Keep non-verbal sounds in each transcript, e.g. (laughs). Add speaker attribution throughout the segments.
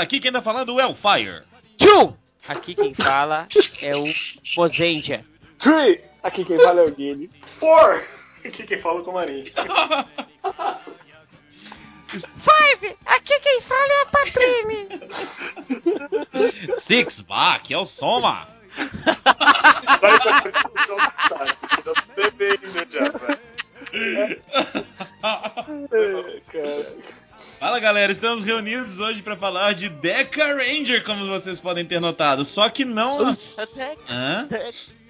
Speaker 1: Aqui quem tá falando é o Fire.
Speaker 2: Two,
Speaker 3: Aqui quem fala é o Bozendia.
Speaker 4: Three! Aqui quem fala é o Guilherme.
Speaker 5: Four! Aqui quem fala é o Tomarim.
Speaker 2: five. Aqui quem fala é a Patrine.
Speaker 1: Six, vá, aqui é o Soma.
Speaker 5: Vai pra produção do site. Dá pra você ver imediato, né?
Speaker 4: É, cara.
Speaker 1: Fala galera, estamos reunidos hoje pra falar de Deca Ranger, como vocês podem ter notado. Só que não. na- Hã?
Speaker 3: Ranger.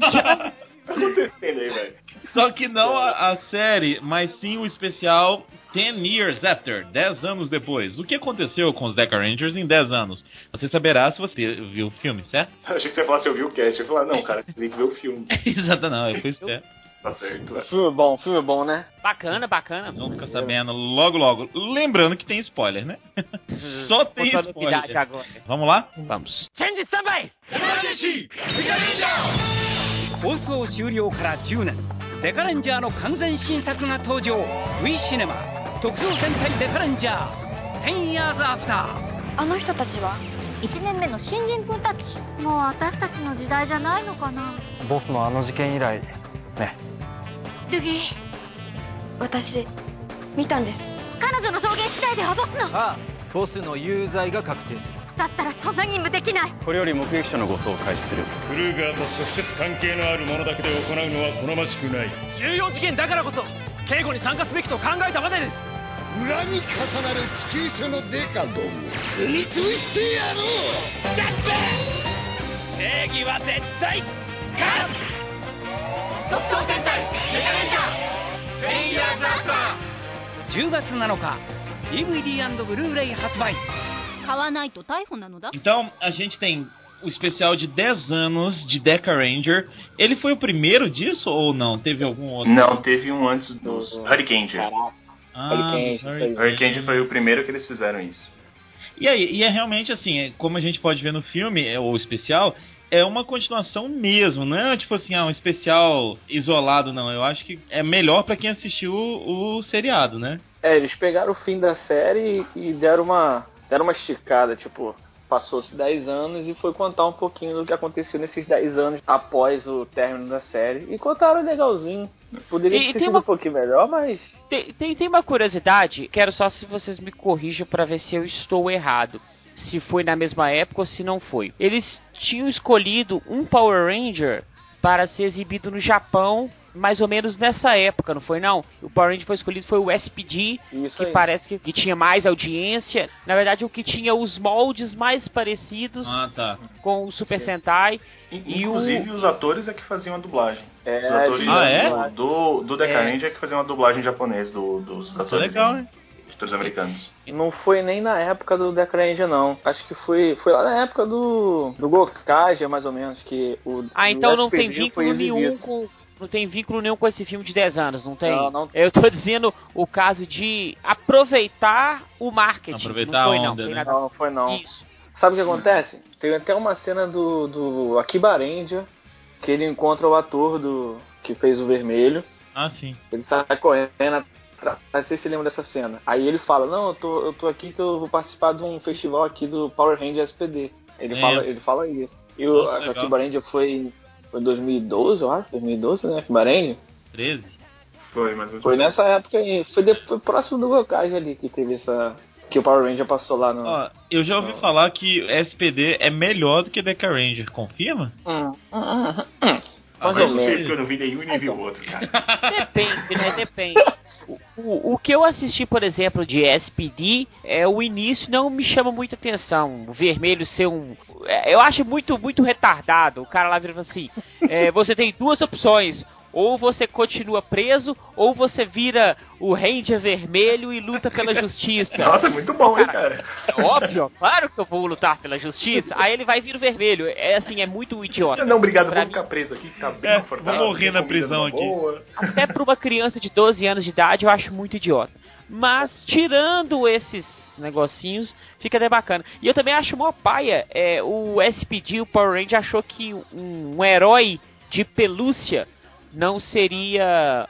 Speaker 5: Tá acontecendo aí, velho.
Speaker 1: (laughs) Só que não a, a série, mas sim o especial 10 Years After, 10 anos depois. O que aconteceu com os Deca Rangers em 10 anos? Você saberá se você viu o filme, certo? (laughs)
Speaker 5: Eu achei que você ia falar se eu vi o cast. Eu ia falar, não, cara, tem que ver o filme.
Speaker 1: Exato, não, eu fui esperto.
Speaker 5: Tá certo, velho.
Speaker 4: Filme bom, filme bom, né?
Speaker 3: Bacana, bacana.
Speaker 1: Vocês vão ficar sabendo logo logo. Lembrando que tem spoiler, né? Só tem
Speaker 3: Conta a novidade
Speaker 1: spoiler.
Speaker 3: agora.
Speaker 1: Vamos lá?
Speaker 6: 放送終了から10年デカレンジャーの完全新作が登場「ウィシネマ特捜戦隊デカレンジャー10 years after」
Speaker 7: あの人たちは1年目の新人君たちもう私たちの時代じゃないのかな
Speaker 8: ボスのあの事件以来
Speaker 7: ドゥギー私見たんです彼女の証言次第ではボスの
Speaker 9: ああボスの有罪が確定する
Speaker 7: だったらそんな任務できない
Speaker 8: これより目撃者の護送を開始する
Speaker 10: クルーガーと直接関係のあるものだけで行うのは好ましくない
Speaker 6: 重要事件だからこそ警護に参加すべきと考えたまでです
Speaker 10: 裏に重なる地球書のデカども踏み潰してやろう
Speaker 6: ジャック正義は絶対勝つ特捜戦隊デカレンジャー10 years after 10月7日 DVD& ブルーレイ発売
Speaker 7: 買わないと逮捕なのだ
Speaker 1: Então, a gente tem o especial de 10 anos de Deca Ranger. Ele foi o primeiro disso ou não? Teve algum outro?
Speaker 5: Não, teve um antes dos Hurricane.
Speaker 4: Caraca.
Speaker 1: Ah,
Speaker 4: Hurricane,
Speaker 1: sorry.
Speaker 4: isso aí.
Speaker 5: Hurricane foi o primeiro que eles fizeram isso.
Speaker 1: E aí, e é realmente assim, é, como a gente pode ver no filme, é, ou especial, é uma continuação mesmo, não é tipo assim, ah, um especial isolado, não. Eu acho que é melhor pra quem assistiu o, o seriado, né?
Speaker 4: É, eles pegaram o fim da série e, e deram uma deram uma esticada, tipo, passou-se 10 anos e foi contar um pouquinho do que aconteceu nesses 10 anos após o término da série. E contaram legalzinho. Poderia
Speaker 3: E- e
Speaker 4: ter
Speaker 3: tem
Speaker 4: sido
Speaker 3: uma-
Speaker 4: um pouquinho melhor, mas
Speaker 3: Tem, tem, tem uma curiosidade, quero só se vocês me corrijam pra ver se eu estou errado. Se foi na mesma época ou se não foi. Eles tinham escolhido um Power Ranger para ser exibido no Japão, mais ou menos nessa época, não foi não? O Power Ranger foi escolhido foi o SPD,
Speaker 4: isso
Speaker 3: que
Speaker 4: aí.
Speaker 3: parece que, que tinha mais audiência. Na verdade, o que tinha os moldes mais parecidos
Speaker 1: Ah, tá.
Speaker 3: com o Super Sentai. E
Speaker 5: Inclusive, os atores é que faziam a dublagem.
Speaker 4: É,
Speaker 5: Os atores
Speaker 1: Ah, é?
Speaker 5: do- do, do Deca
Speaker 3: É.
Speaker 5: Ranger é que faziam a dublagem japonesa do- dos
Speaker 1: Tá
Speaker 5: atores,
Speaker 1: legal, né?
Speaker 5: dos atores americanos.
Speaker 4: Não foi nem na época do Decranger, não. Acho que foi, foi lá na época do, do Gokaja, mais ou menos, que o
Speaker 3: Ah, então
Speaker 4: o
Speaker 3: não tem
Speaker 4: SPV
Speaker 3: vínculo
Speaker 4: exibido.
Speaker 3: nenhum com. Não tem vínculo nenhum com esse filme de 10 anos, não tem?
Speaker 4: Não, não.
Speaker 3: Eu tô dizendo o caso de aproveitar o marketing.
Speaker 1: Aproveitar
Speaker 3: não foi,
Speaker 1: a
Speaker 3: não.
Speaker 1: onda,
Speaker 3: tem
Speaker 1: né?
Speaker 3: nada a ver
Speaker 4: Não, foi
Speaker 3: com
Speaker 4: não.
Speaker 3: Isso.
Speaker 4: Sabe o que acontece? Tem até uma cena do, do Akiba Ranger, que ele encontra o ator do que fez o vermelho.
Speaker 1: Ah, sim.
Speaker 4: Ele sai correndo atrás. Não sei se você lembra dessa cena. Aí ele fala, não, eu tô, eu tô aqui que eu vou participar de um festival aqui do Power Ranger SPD. Ele,
Speaker 1: É.
Speaker 4: fala, ele fala isso. E o
Speaker 1: Nossa,
Speaker 4: a
Speaker 1: legal.
Speaker 4: Akiba Ranger foi foi em 2012, eu acho. 2012, né? Akiba Ranger.
Speaker 1: 13.
Speaker 5: Foi, mais ou menos.
Speaker 4: Foi né? nessa época aí. Foi, depois, próximo do Gokage ali que teve essa... Que o Power Ranger passou lá no...
Speaker 1: Ó, eu já ouvi falar que SPD é melhor do que Deca Ranger, confirma?
Speaker 4: Hum, hum, hum, hum.
Speaker 1: Ah,
Speaker 5: Mas
Speaker 4: Mais ou
Speaker 5: eu sei
Speaker 4: menos.
Speaker 5: porque eu não vi nenhum e nem vi o outro, cara.
Speaker 3: Depende, né? Depende. O, o, o que eu assisti, por exemplo, de SPD, é o início não me chama muita atenção. O vermelho ser um. é, Eu acho muito, muito retardado. O cara lá vira e fala assim: é, você tem duas opções. Ou você continua preso, ou você vira o Ranger vermelho e luta pela justiça.
Speaker 5: Nossa, muito bom, hein, cara?
Speaker 3: É óbvio, claro que eu vou lutar pela justiça. Aí ele vai vir o vermelho. É assim, é muito idiota.
Speaker 5: Não, obrigado,
Speaker 3: Pra
Speaker 5: vou ficar preso aqui, que tá bem
Speaker 1: É,
Speaker 5: confortável.
Speaker 1: vou morrer
Speaker 5: tem
Speaker 1: na
Speaker 5: comida
Speaker 1: prisão
Speaker 5: numa
Speaker 1: aqui.
Speaker 5: boa.
Speaker 3: Até pra uma criança de 12 anos de idade eu acho muito idiota. Mas tirando esses negocinhos, fica até bacana. E eu também acho mó paia. É, o SPD, o Power Ranger, achou que um, um herói de pelúcia não seria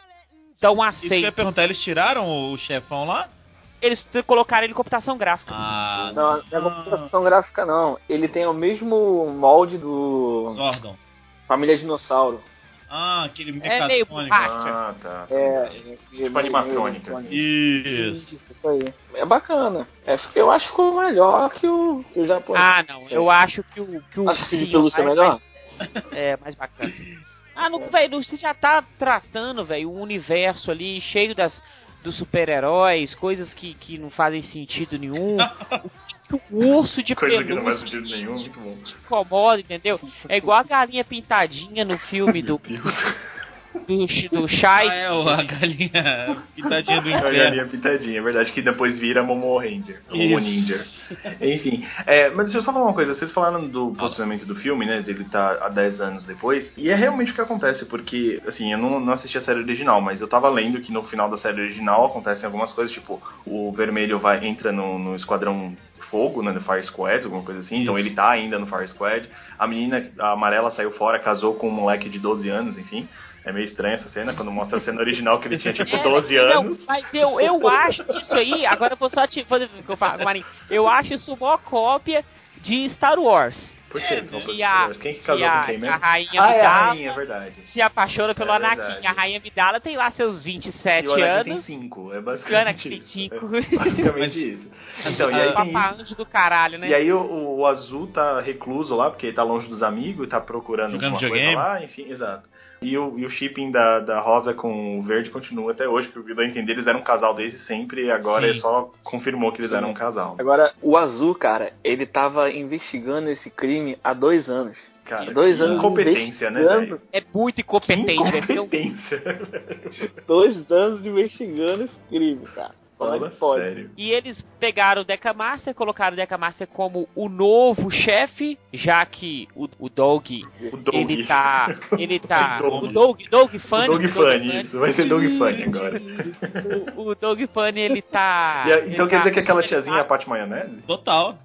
Speaker 3: tão
Speaker 1: Isso que é eu ia
Speaker 3: aceito.
Speaker 1: perguntar, eles tiraram o chefão lá?
Speaker 3: eles colocaram ele em computação gráfica.
Speaker 1: Ah,
Speaker 4: Não, não é computação gráfica, não. Ele tem o mesmo molde do.
Speaker 1: Zordon.
Speaker 4: Família Dinossauro.
Speaker 1: Ah, aquele
Speaker 3: meio
Speaker 1: mecatrônico.
Speaker 3: borracha.
Speaker 5: Ah, tá.
Speaker 4: É.
Speaker 5: Tipo animatrônica.
Speaker 4: Animatrônica.
Speaker 1: Isso.
Speaker 4: Isso, isso aí. É bacana. É, eu acho que ficou melhor que o, que o japonês.
Speaker 3: Ah, não. Eu acho que o. Que o
Speaker 4: Acho que o
Speaker 3: Sim
Speaker 4: de pelúcia é
Speaker 3: mais-
Speaker 4: melhor.
Speaker 3: É, mais bacana. Ah, não, velho, você já tá tratando, velho, um universo ali cheio das dos super-heróis, coisas que, que não fazem sentido nenhum. O urso de
Speaker 5: Coisa que não faz
Speaker 3: pelúcia
Speaker 5: sentido nenhum, muito bom.
Speaker 3: te incomoda, entendeu? É igual a galinha pintadinha no filme do do, do Shai.
Speaker 1: Ah, é, o- a galinha pitadinha do
Speaker 5: É a
Speaker 1: inferno.
Speaker 5: galinha pintadinha, é verdade, que depois vira Momo Ranger. Momo
Speaker 1: Isso.
Speaker 5: Ninja.
Speaker 3: (laughs)
Speaker 5: Enfim, é, mas deixa eu só falar uma coisa. Vocês falaram do posicionamento do filme, né? Dele tá há 10 anos depois. E é realmente o que acontece, porque, assim, eu não, não assisti a série original, mas eu tava lendo que no final da série original acontecem algumas coisas, tipo, o vermelho vai entra no, no Esquadrão Fogo, né? No Fire Squad, alguma coisa assim. Então ele tá ainda no Fire Squad. A menina, a amarela, saiu fora, casou com um moleque de 12 anos, enfim. É meio estranha essa cena, quando mostra a cena original que ele tinha, tipo,
Speaker 3: É,
Speaker 5: 12
Speaker 3: não,
Speaker 5: anos.
Speaker 3: mas eu, eu acho que isso aí, agora eu vou só te fazer o que eu falo, Marinho. Eu acho isso uma cópia de Star Wars.
Speaker 5: Por quê?
Speaker 3: É,
Speaker 5: um
Speaker 3: E a,
Speaker 5: quem que casou
Speaker 3: e a,
Speaker 5: com quem mesmo?
Speaker 3: a rainha
Speaker 5: ah, é a
Speaker 3: Vidala
Speaker 5: rainha, é verdade.
Speaker 3: se apaixona pelo
Speaker 5: É
Speaker 3: Anakin.
Speaker 5: verdade.
Speaker 3: A rainha Vidala tem lá seus 27
Speaker 5: E o Anakin tem
Speaker 3: anos.
Speaker 5: 5, é
Speaker 3: Gana que
Speaker 5: basicamente
Speaker 3: tem
Speaker 5: isso.
Speaker 3: 5.
Speaker 5: É basicamente isso.
Speaker 3: (laughs)
Speaker 5: Então, (laughs) e aí tem
Speaker 3: Papa anjo do caralho, né?
Speaker 5: E aí o, o- o Azul tá recluso lá, porque ele tá longe dos amigos, tá procurando
Speaker 1: Jogando
Speaker 5: alguma
Speaker 1: videogame.
Speaker 5: coisa lá, enfim, exato. E o, e o shipping da, da Rosa com o Verde continua até hoje, porque o Guido entender eles eram um casal desde sempre, e agora
Speaker 1: Sim.
Speaker 5: ele só confirmou que eles
Speaker 4: Sim.
Speaker 5: eram um casal.
Speaker 4: Agora, o Azul, cara, ele tava investigando esse crime há dois anos.
Speaker 5: Cara,
Speaker 4: dois
Speaker 5: que
Speaker 4: anos
Speaker 5: incompetência, né, velho?
Speaker 4: investigando,
Speaker 3: É muito incompetente, velho. Tem um-
Speaker 5: Incompetência.
Speaker 4: Dois anos investigando esse crime, cara.
Speaker 5: Fala
Speaker 4: Pode, pode.
Speaker 5: sério.
Speaker 3: E eles pegaram o Decamaster, colocaram o Decamaster como o novo chefe, já que o, o Dog,
Speaker 5: O Doug.
Speaker 3: ele
Speaker 5: (laughs)
Speaker 3: tá. Ele tá.
Speaker 5: Doug.
Speaker 3: O Dog, Dog Funny.
Speaker 5: Dog
Speaker 3: o
Speaker 5: Funny, isso. Vai ser Dog Funny agora.
Speaker 3: (laughs) O, o Dog Funny, ele tá.
Speaker 5: E a- então
Speaker 3: ele
Speaker 5: quer
Speaker 3: tá-
Speaker 5: dizer que aquela
Speaker 3: ele tá-
Speaker 5: tiazinha é a Paty Maionese?
Speaker 1: Total.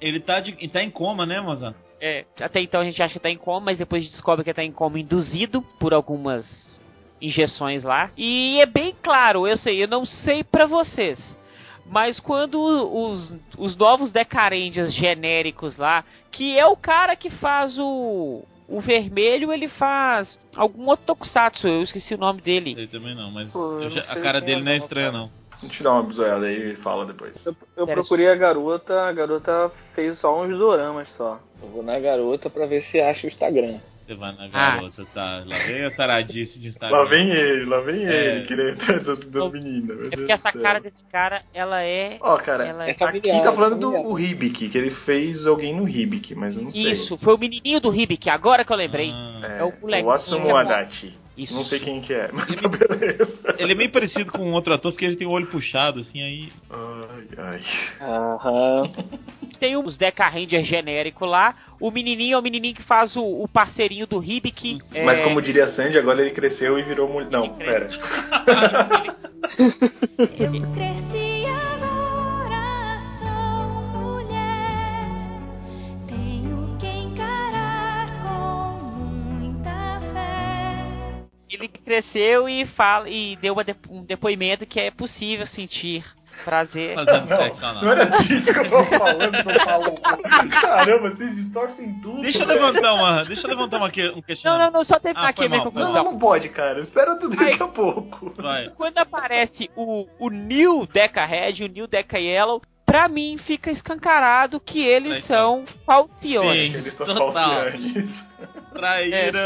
Speaker 1: Ele tá, de, ele tá em coma, né, moza?
Speaker 3: É, até então a gente acha que tá em coma, mas depois descobre que tá em coma induzido por algumas injeções lá. E é bem claro, eu sei, eu não sei pra vocês, mas quando os, os novos Decarendias genéricos lá, que é o cara que faz o. O vermelho ele faz algum outro tokusatsu, eu esqueci o nome dele.
Speaker 1: Ele também não, mas
Speaker 4: Pô, eu
Speaker 1: eu já-
Speaker 4: não
Speaker 1: a
Speaker 4: sei
Speaker 1: cara
Speaker 4: quem
Speaker 1: dele
Speaker 4: é
Speaker 1: não é
Speaker 4: não,
Speaker 1: estranha,
Speaker 4: cara.
Speaker 1: não.
Speaker 5: Deixa eu dar uma bisoiada aí e fala depois.
Speaker 4: Eu, eu
Speaker 3: Pera
Speaker 4: procurei a garota, a garota fez só uns doramas só. Eu vou na garota pra ver se acha o Instagram.
Speaker 1: Você vai na garota, tá? Lá vem a taradice de Instagram.
Speaker 5: Lá vem ele, lá vem
Speaker 1: É.
Speaker 5: ele, querendo (laughs) das, das meninas. meu
Speaker 3: É
Speaker 5: Deus
Speaker 3: porque essa
Speaker 5: do céu.
Speaker 3: cara desse cara, ela é.
Speaker 5: Ó, cara,
Speaker 3: ela
Speaker 4: É
Speaker 3: é...
Speaker 5: aqui
Speaker 4: familiar,
Speaker 5: tá falando do
Speaker 4: familiar.
Speaker 5: o Ribic, que ele fez alguém no Ribic, mas eu não sei.
Speaker 3: Isso, foi o menininho do Ribic, agora que eu lembrei.
Speaker 1: Ah.
Speaker 5: É,
Speaker 3: é o molequinho que
Speaker 5: O
Speaker 3: é
Speaker 5: Asumu
Speaker 3: bom.
Speaker 5: Adachi.
Speaker 3: Isso.
Speaker 5: Não sei quem que é, (laughs) mas tá beleza.
Speaker 1: Ele é meio parecido com um outro ator, porque ele tem o olho puxado, assim, aí...
Speaker 5: Ai, ai.
Speaker 4: Aham.
Speaker 3: Tem os Deca Ranger genérico lá. O menininho é o menininho que faz o, o parceirinho do Ribic. é,
Speaker 5: Uhum. Mas como diria a Sandy, agora ele cresceu e virou mulher. Não, pera.
Speaker 3: (laughs)
Speaker 7: Eu cresci agora, sou mulher. Tenho que encarar com muita fé.
Speaker 3: Ele cresceu e fala e deu uma de- um depoimento que é possível sentir prazer.
Speaker 1: Fazendo sexo
Speaker 5: Não,
Speaker 1: anal.
Speaker 5: não era disso que eu tô falando, tô (laughs) falando. Caramba, vocês distorcem tudo.
Speaker 1: Deixa eu
Speaker 5: velho.
Speaker 1: levantar uma, deixa eu levantar uma, que- um
Speaker 3: Não,
Speaker 1: questionamento.
Speaker 3: não, não, só terminar
Speaker 1: Ah,
Speaker 3: aqui
Speaker 1: foi
Speaker 3: a minha
Speaker 1: mal, foi
Speaker 5: Não,
Speaker 3: conclusão.
Speaker 5: não, não pode, cara. Espera tudo daqui a pouco.
Speaker 1: Vai.
Speaker 3: Quando aparece o, o New Deca Red e o New Deca Yellow, pra mim fica escancarado que eles
Speaker 1: Traição.
Speaker 3: são falciões.
Speaker 1: Sim.
Speaker 5: Eles estão
Speaker 1: Total.
Speaker 5: falsianes.
Speaker 3: É,
Speaker 1: Traíra.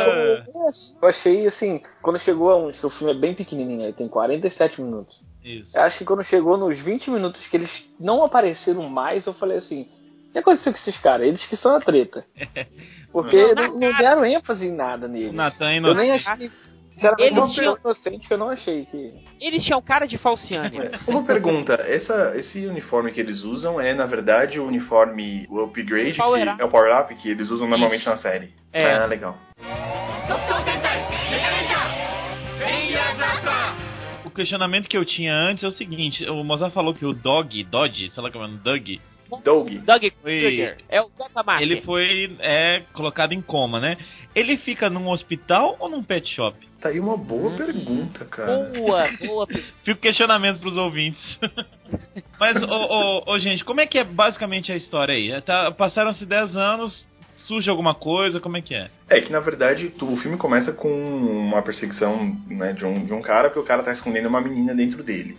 Speaker 3: são-
Speaker 4: Eu achei assim, quando chegou a uns, que o filme é bem pequenininho, ele tem 47 minutos.
Speaker 1: Isso.
Speaker 4: Eu acho que quando chegou nos 20 minutos que eles não apareceram mais, eu falei assim: o que aconteceu com esses caras? Eles que são a treta. Porque não, não deram ênfase em nada
Speaker 1: O
Speaker 4: neles.
Speaker 1: Natan e
Speaker 4: É, Eu
Speaker 1: Natan.
Speaker 4: nem achei. Sinceramente,
Speaker 3: Eles
Speaker 4: eu
Speaker 3: tinham-
Speaker 4: tinham... inocente que eu não achei que.
Speaker 3: Eles tinham cara de falciane.
Speaker 5: É, Uma pergunta, essa, esse uniforme que eles usam é, na verdade, o uniforme o upgrade, que
Speaker 3: Power up.
Speaker 5: é o power up que eles usam normalmente na série.
Speaker 3: É.
Speaker 5: Ah, legal.
Speaker 6: 特装戦隊メガレンジャーフェイヤーズアスター
Speaker 1: O questionamento que eu tinha antes é o seguinte: o Mozart falou que o Dog, Dodge, sei lá como é o nome, Doug,
Speaker 5: Doug.
Speaker 3: Doug
Speaker 1: Foi-
Speaker 3: Kruger. É o Zeca
Speaker 4: Ah,
Speaker 3: Marker.
Speaker 1: Ele foi é, colocado em coma, né? Ele fica num hospital ou num pet shop?
Speaker 5: Tá aí uma boa pergunta, cara.
Speaker 3: Boa, boa.
Speaker 1: Fica o questionamento pros ouvintes. (laughs) Mas, ô, ô, ô, gente, como é que é basicamente a história aí? Tá- Passaram-se 10 anos, surge alguma coisa, como é que é?
Speaker 5: É que na verdade tu- o filme começa com uma perseguição né, de, um, de um cara, porque o cara tá escondendo uma menina dentro dele.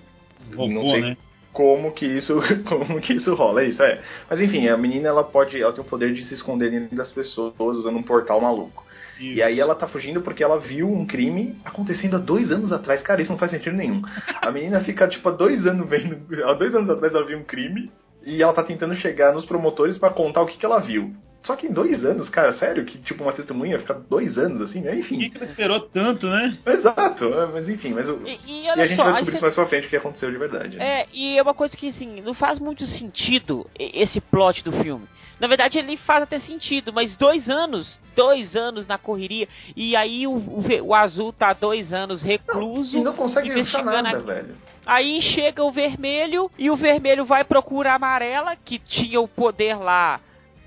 Speaker 5: Não
Speaker 1: Robô,
Speaker 5: sei.
Speaker 1: né?
Speaker 5: Como que isso, (laughs) como que isso rola, é isso, é. Mas enfim, a menina ela pode, ela tem o poder de se esconder dentro das pessoas usando um portal maluco.
Speaker 1: Isso.
Speaker 5: E aí ela tá fugindo porque ela viu um crime acontecendo há dois anos atrás. Cara, isso não faz sentido nenhum. A menina fica, tipo, há dois anos vendo. Há dois anos atrás ela viu um crime e ela tá tentando chegar nos promotores pra contar o que, que ela viu. Só que em dois anos, cara, sério, que tipo uma testemunha fica dois anos assim, né?
Speaker 1: Por que,
Speaker 5: Enfim.
Speaker 1: que ela esperou tanto, né?
Speaker 5: Exato, é, mas enfim, mas o. E,
Speaker 3: E, e
Speaker 5: a
Speaker 3: olha
Speaker 5: gente
Speaker 3: só,
Speaker 5: vai
Speaker 3: aí
Speaker 5: descobrir
Speaker 3: você
Speaker 5: isso mais pra frente o que aconteceu de verdade. né?
Speaker 3: É, e é uma coisa que, assim, não faz muito sentido e- esse plot do filme. Na verdade, ele faz até sentido, mas dois anos, dois anos na correria, e aí o, o, ve- o azul tá dois anos recluso,
Speaker 5: E não consegue achar
Speaker 3: investigando
Speaker 5: nada,
Speaker 3: aqui.
Speaker 5: velho.
Speaker 3: aí chega o vermelho, e o vermelho vai procurar a amarela, que tinha o poder lá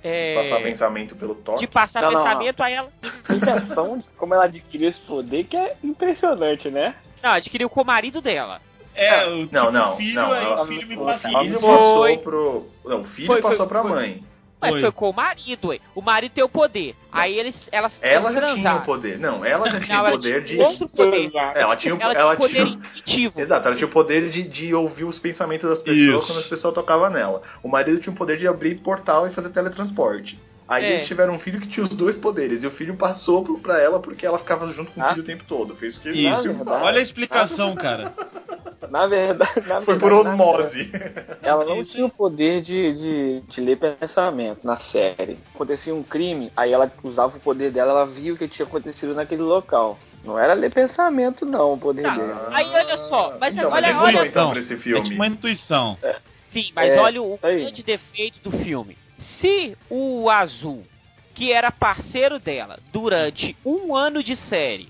Speaker 3: é, Tipo,
Speaker 5: Passar pensamento pelo toque.
Speaker 3: de passar
Speaker 4: Não, não, não.
Speaker 3: pensamento, aí ela
Speaker 4: Intenção de como ela adquiriu esse poder que é impressionante, né?
Speaker 3: não, adquiriu com o marido dela.
Speaker 1: É, o
Speaker 5: Ah, Não, não,
Speaker 1: filho,
Speaker 5: não,
Speaker 1: aí
Speaker 5: ela-
Speaker 1: o filho me
Speaker 4: ela-
Speaker 1: passa
Speaker 5: A menina
Speaker 1: isso.
Speaker 5: passou pro. Não, o filho
Speaker 3: tipo, Foi, foi,
Speaker 5: passou pra
Speaker 3: foi.
Speaker 5: mãe.
Speaker 3: Ué,
Speaker 1: Foi.
Speaker 3: foi com o marido, ué. O marido tem o poder. Aí eles, elas
Speaker 5: Ela
Speaker 3: eles
Speaker 5: já tinha
Speaker 3: transaram.
Speaker 5: o poder. Não, ela já tinha
Speaker 3: Não,
Speaker 5: o
Speaker 3: ela
Speaker 5: poder
Speaker 3: tinha
Speaker 5: de.
Speaker 3: outro poder.
Speaker 5: Ela tinha o
Speaker 3: Ela, tinha
Speaker 5: ela
Speaker 3: um poder
Speaker 5: tinha...
Speaker 3: intuitivo.
Speaker 5: Exato, ela tinha o poder de, de ouvir os pensamentos das pessoas
Speaker 1: Isso.
Speaker 5: quando as pessoas tocavam nela. O marido tinha o poder de abrir portal e fazer teletransporte. Aí
Speaker 3: É.
Speaker 5: eles tiveram um filho que tinha os dois poderes, e o filho passou pro- pra ela porque ela ficava junto com o
Speaker 4: Ah.
Speaker 5: filho o tempo todo. Foi isso que
Speaker 1: Isso.
Speaker 5: o filme fala.
Speaker 1: Olha a explicação, cara. É
Speaker 4: Na verdade, na
Speaker 5: Foi
Speaker 4: verdade,
Speaker 5: por
Speaker 4: na
Speaker 5: osmose.
Speaker 4: Ela não
Speaker 1: Isso.
Speaker 4: tinha o poder de, de, de ler pensamento na série. Acontecia um crime, aí ela usava o poder dela, ela via o que tinha acontecido naquele local. Não era ler pensamento, não, o poder
Speaker 3: Tá.
Speaker 4: dela.
Speaker 3: Aí, olha só, mas
Speaker 5: então,
Speaker 3: olha-
Speaker 5: é
Speaker 3: olha
Speaker 5: bom, então
Speaker 1: só.
Speaker 5: pra esse
Speaker 1: É
Speaker 5: filme.
Speaker 1: tipo uma intuição.
Speaker 3: Sim, mas
Speaker 4: É,
Speaker 3: olha o
Speaker 4: isso aí.
Speaker 3: grande defeito do filme. Se o Azul, que era parceiro dela durante um ano de série,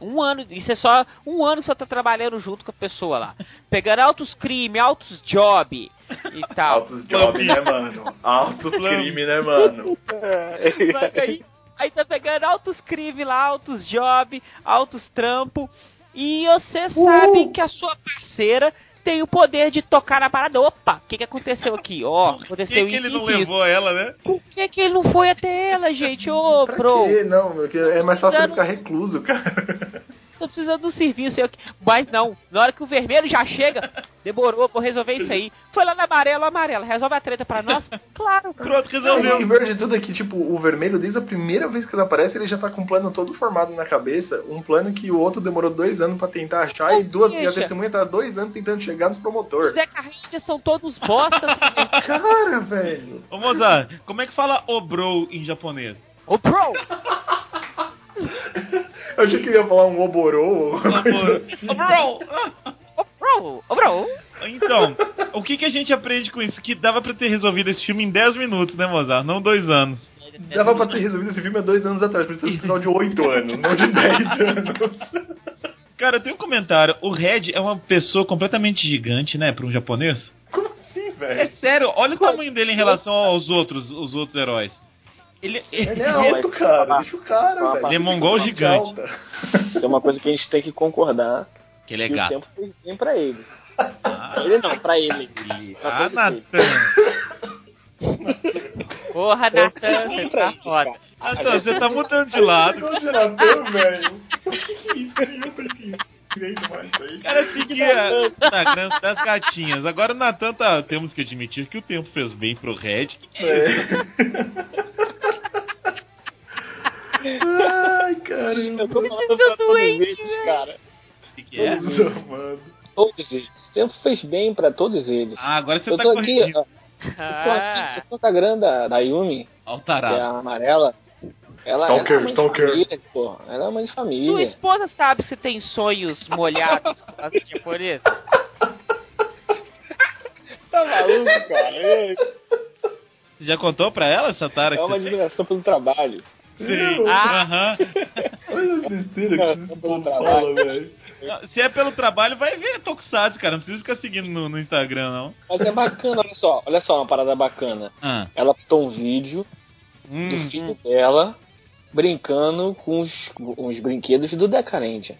Speaker 3: um ano, isso é só um ano que só tá trabalhando junto com a pessoa lá, pegando altos crimes, altos job e tal.
Speaker 5: Altos job, né, mano? Altos crime, né, mano?
Speaker 3: (laughs) Mas aí, aí tá pegando altos crimes lá, altos job, altos trampo. E você
Speaker 1: Uh!
Speaker 3: sabe que a sua parceira tem o poder de tocar na parada. Opa, o que, que aconteceu aqui?
Speaker 1: (laughs)
Speaker 3: Ó,
Speaker 1: Por que,
Speaker 3: aconteceu
Speaker 1: que
Speaker 3: isso,
Speaker 1: ele não
Speaker 3: isso, isso.
Speaker 1: levou ela, né?
Speaker 3: Por que, que ele não foi
Speaker 1: (laughs)
Speaker 3: até ela, gente? Ô,
Speaker 5: Pra
Speaker 3: bro,
Speaker 5: quê? Não, meu, que é mais fácil ele
Speaker 3: Precisando-
Speaker 5: ficar recluso, cara.
Speaker 3: tô precisando do serviço. Eu... Mas não, na hora que o vermelho
Speaker 1: (laughs)
Speaker 3: já chega, demorou, vou resolver isso aí. Foi lá na amarela, amarela, resolve a treta
Speaker 1: (laughs)
Speaker 3: pra nós? Claro,
Speaker 1: Pronto,
Speaker 5: O que
Speaker 1: resolveu.
Speaker 5: verde de tudo é que, tipo, o vermelho, desde a primeira vez que ele aparece, ele já tá com um plano todo formado na cabeça. Um plano que o outro demorou dois anos pra tentar achar
Speaker 3: Ou
Speaker 5: e, duas, e a
Speaker 3: seja-
Speaker 5: testemunha tá dois anos tentando chegar nos
Speaker 3: os
Speaker 5: promotor.
Speaker 3: Zé Carrinha são
Speaker 1: (laughs)
Speaker 3: todos bostas.
Speaker 5: Cara, velho.
Speaker 1: Ô, Mozart, como é que fala obro em
Speaker 5: (laughs)
Speaker 1: japonês?
Speaker 3: Ô, bro!
Speaker 5: Eu achei que ele ia falar um oborô.
Speaker 1: Obro!
Speaker 3: Ô, bro! Ô, bro!
Speaker 1: Então, o que, que a gente aprende com isso? Que dava pra ter resolvido esse filme em 10 minutos, né, Mozart? Não dois anos.
Speaker 5: Dava pra ter resolvido esse filme há dois anos atrás, precisa de um final de oito anos, não de dez anos.
Speaker 1: Cara, tem um comentário. O Red é uma pessoa completamente gigante, né, pra um japonês?
Speaker 5: Como assim,
Speaker 1: É
Speaker 5: velho?
Speaker 1: sério, olha o tamanho dele em relação aos outros, os outros heróis. Ele,
Speaker 5: Ele
Speaker 1: ele
Speaker 4: um
Speaker 5: é alto, cara. Deixa o cara, velho.
Speaker 1: Ele é mongol
Speaker 5: Ele é
Speaker 1: gigante.
Speaker 5: alta.
Speaker 4: É uma coisa que a gente tem que concordar.
Speaker 1: que ele é
Speaker 4: que o
Speaker 1: gato.
Speaker 4: tempo foi bem pra ele.
Speaker 1: Ah,
Speaker 4: Ele não, pra ele. Pra
Speaker 1: ah
Speaker 4: todos eles.
Speaker 1: Natan.
Speaker 3: Porra, Natan, você tá
Speaker 4: isso,
Speaker 3: foda.
Speaker 1: Natan, você tá mudando de lado.
Speaker 5: Mongol gerador, velho. (laughs) O que que é isso? Eu tô aqui. Direito mais isso aí.
Speaker 1: O cara seguia Instagram é tá das gatinhas. Agora o Natan tá. Temos que admitir que o tempo fez bem pro Red.
Speaker 5: É. Ai,
Speaker 4: Eu
Speaker 5: caramba.
Speaker 4: tô falando pra todos eles, cara.
Speaker 1: Que que é?
Speaker 5: Deus amado.
Speaker 4: Todos eles. O tempo fez bem pra todos eles.
Speaker 1: Ah, agora você
Speaker 4: eu
Speaker 1: tá
Speaker 4: tô aqui,
Speaker 1: corrigindo. Ah.
Speaker 4: ó, eu tô aqui, eu tô com a grande da, da Yumi, que é
Speaker 1: Altarado.
Speaker 4: a amarela. Ela,
Speaker 5: Stalker,
Speaker 4: ela é uma mãe de
Speaker 5: stalker.
Speaker 4: família, porra. Ela é uma mãe de
Speaker 3: Sua
Speaker 4: família.
Speaker 3: esposa sabe que você tem sonhos molhados com as japonesas?
Speaker 4: Tá maluco, cara? É
Speaker 1: Você já contou pra ela essa tara
Speaker 4: é
Speaker 1: que
Speaker 4: uma
Speaker 1: você tem?
Speaker 4: admiração pelo trabalho.
Speaker 1: Sim.
Speaker 5: Não.
Speaker 1: Aham.
Speaker 3: Ah, um
Speaker 5: Olha as besteiras que esses povos falam, velho.
Speaker 1: Se é pelo trabalho, vai ver Tokusatsu, cara. Não precisa ficar seguindo no, no Instagram, não.
Speaker 4: Mas é bacana, olha só. Olha só uma parada bacana.
Speaker 1: Ah.
Speaker 4: Ela postou um vídeo
Speaker 1: Hum.
Speaker 4: do filho dela brincando com os, com os brinquedos do Decarendia.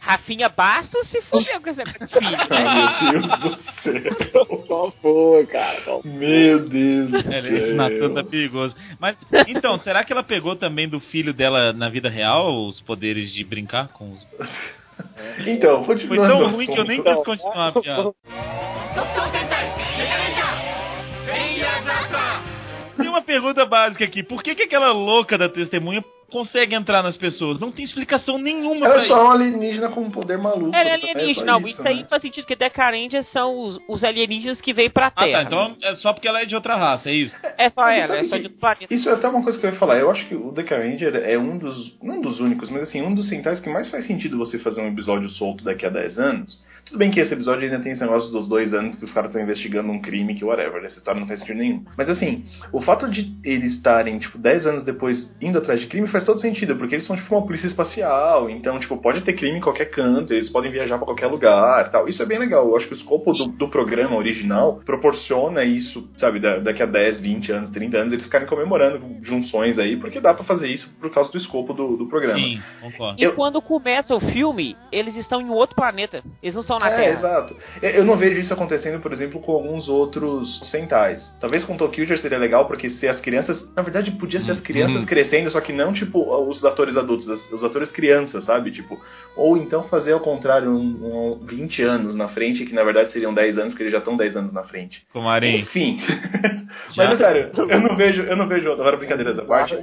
Speaker 3: Rafinha Bastos se fudeu com essa filha.
Speaker 5: Ai, meu Deus do céu.
Speaker 4: Qual foi, cara? Qual foi?
Speaker 5: Meu Deus do
Speaker 1: É, Esse Natan tá
Speaker 5: céu.
Speaker 1: perigoso. Mas, então, será que ela pegou também do filho dela na vida real os poderes de brincar com os.
Speaker 5: Então,
Speaker 1: Foi
Speaker 5: continuando
Speaker 1: tão
Speaker 5: o
Speaker 1: ruim que eu
Speaker 5: assunto.
Speaker 1: nem quis continuar a piada.
Speaker 6: 特攻戦隊メガレンジャーベイヤーザーサー
Speaker 1: Tem uma pergunta básica aqui: por que, que aquela louca da testemunha consegue entrar nas pessoas? Não tem explicação nenhuma
Speaker 5: Ela
Speaker 1: pra
Speaker 5: é
Speaker 1: isso.
Speaker 5: só um alienígena com um poder maluco.
Speaker 3: Ela é
Speaker 5: também,
Speaker 3: alienígena,
Speaker 5: só
Speaker 3: não. Isso aí
Speaker 5: né?
Speaker 3: faz sentido, porque Decarendia são os, os alienígenas que veio pra
Speaker 1: Ah, tá.
Speaker 3: Terra.
Speaker 1: Então é só porque ela é de outra raça, é isso?
Speaker 3: É só
Speaker 5: Mas
Speaker 3: ela, é
Speaker 5: sabe
Speaker 3: só
Speaker 5: que-
Speaker 3: de outro planeta.
Speaker 5: Isso é até uma coisa que eu ia falar. Eu acho que o Deca Ranger é um dos. Não dos únicos, mas assim, um dos centais que mais faz sentido você fazer um episódio solto daqui a 10 anos. Tudo bem que esse episódio ainda tem esse negócio dos dois anos que os caras estão investigando um crime, que whatever, né? essa história não faz sentido nenhum. Mas assim, o fato de eles estarem, tipo, 10 anos depois indo atrás de crime faz todo sentido, porque eles são, tipo, uma polícia espacial, então, tipo, pode ter crime em qualquer canto, eles podem viajar pra qualquer lugar tal. Isso é bem legal. Eu acho que o escopo do, do programa original proporciona isso, sabe, da- daqui a 10, 20 anos, 30 anos, eles ficarem comemorando junções aí, porque dá pra fazer isso por causa do escopo do, do programa.
Speaker 1: Sim, concordo.
Speaker 3: E
Speaker 5: Eu-
Speaker 3: quando começa o filme, eles estão em outro planeta. Eles não estão na
Speaker 5: É,
Speaker 3: Terra.
Speaker 5: exato. Eu- Eu não vejo isso acontecendo, por exemplo, com alguns outros centais. Talvez com Tokyo seria legal, porque se as crianças. Na verdade, podia ser as crianças
Speaker 1: Uhum.
Speaker 5: crescendo, só que não tipo os atores adultos, as- os atores crianças, sabe? Tipo. Ou então fazer ao contrário, um, um 20 anos na frente, que na verdade seriam 10 anos, porque eles já estão 10 anos na frente.
Speaker 1: Comarim. (laughs)
Speaker 5: Enfim.
Speaker 1: Já.
Speaker 5: Mas é sério, eu não vejo, eu não vejo, agora brincadeiras à parte.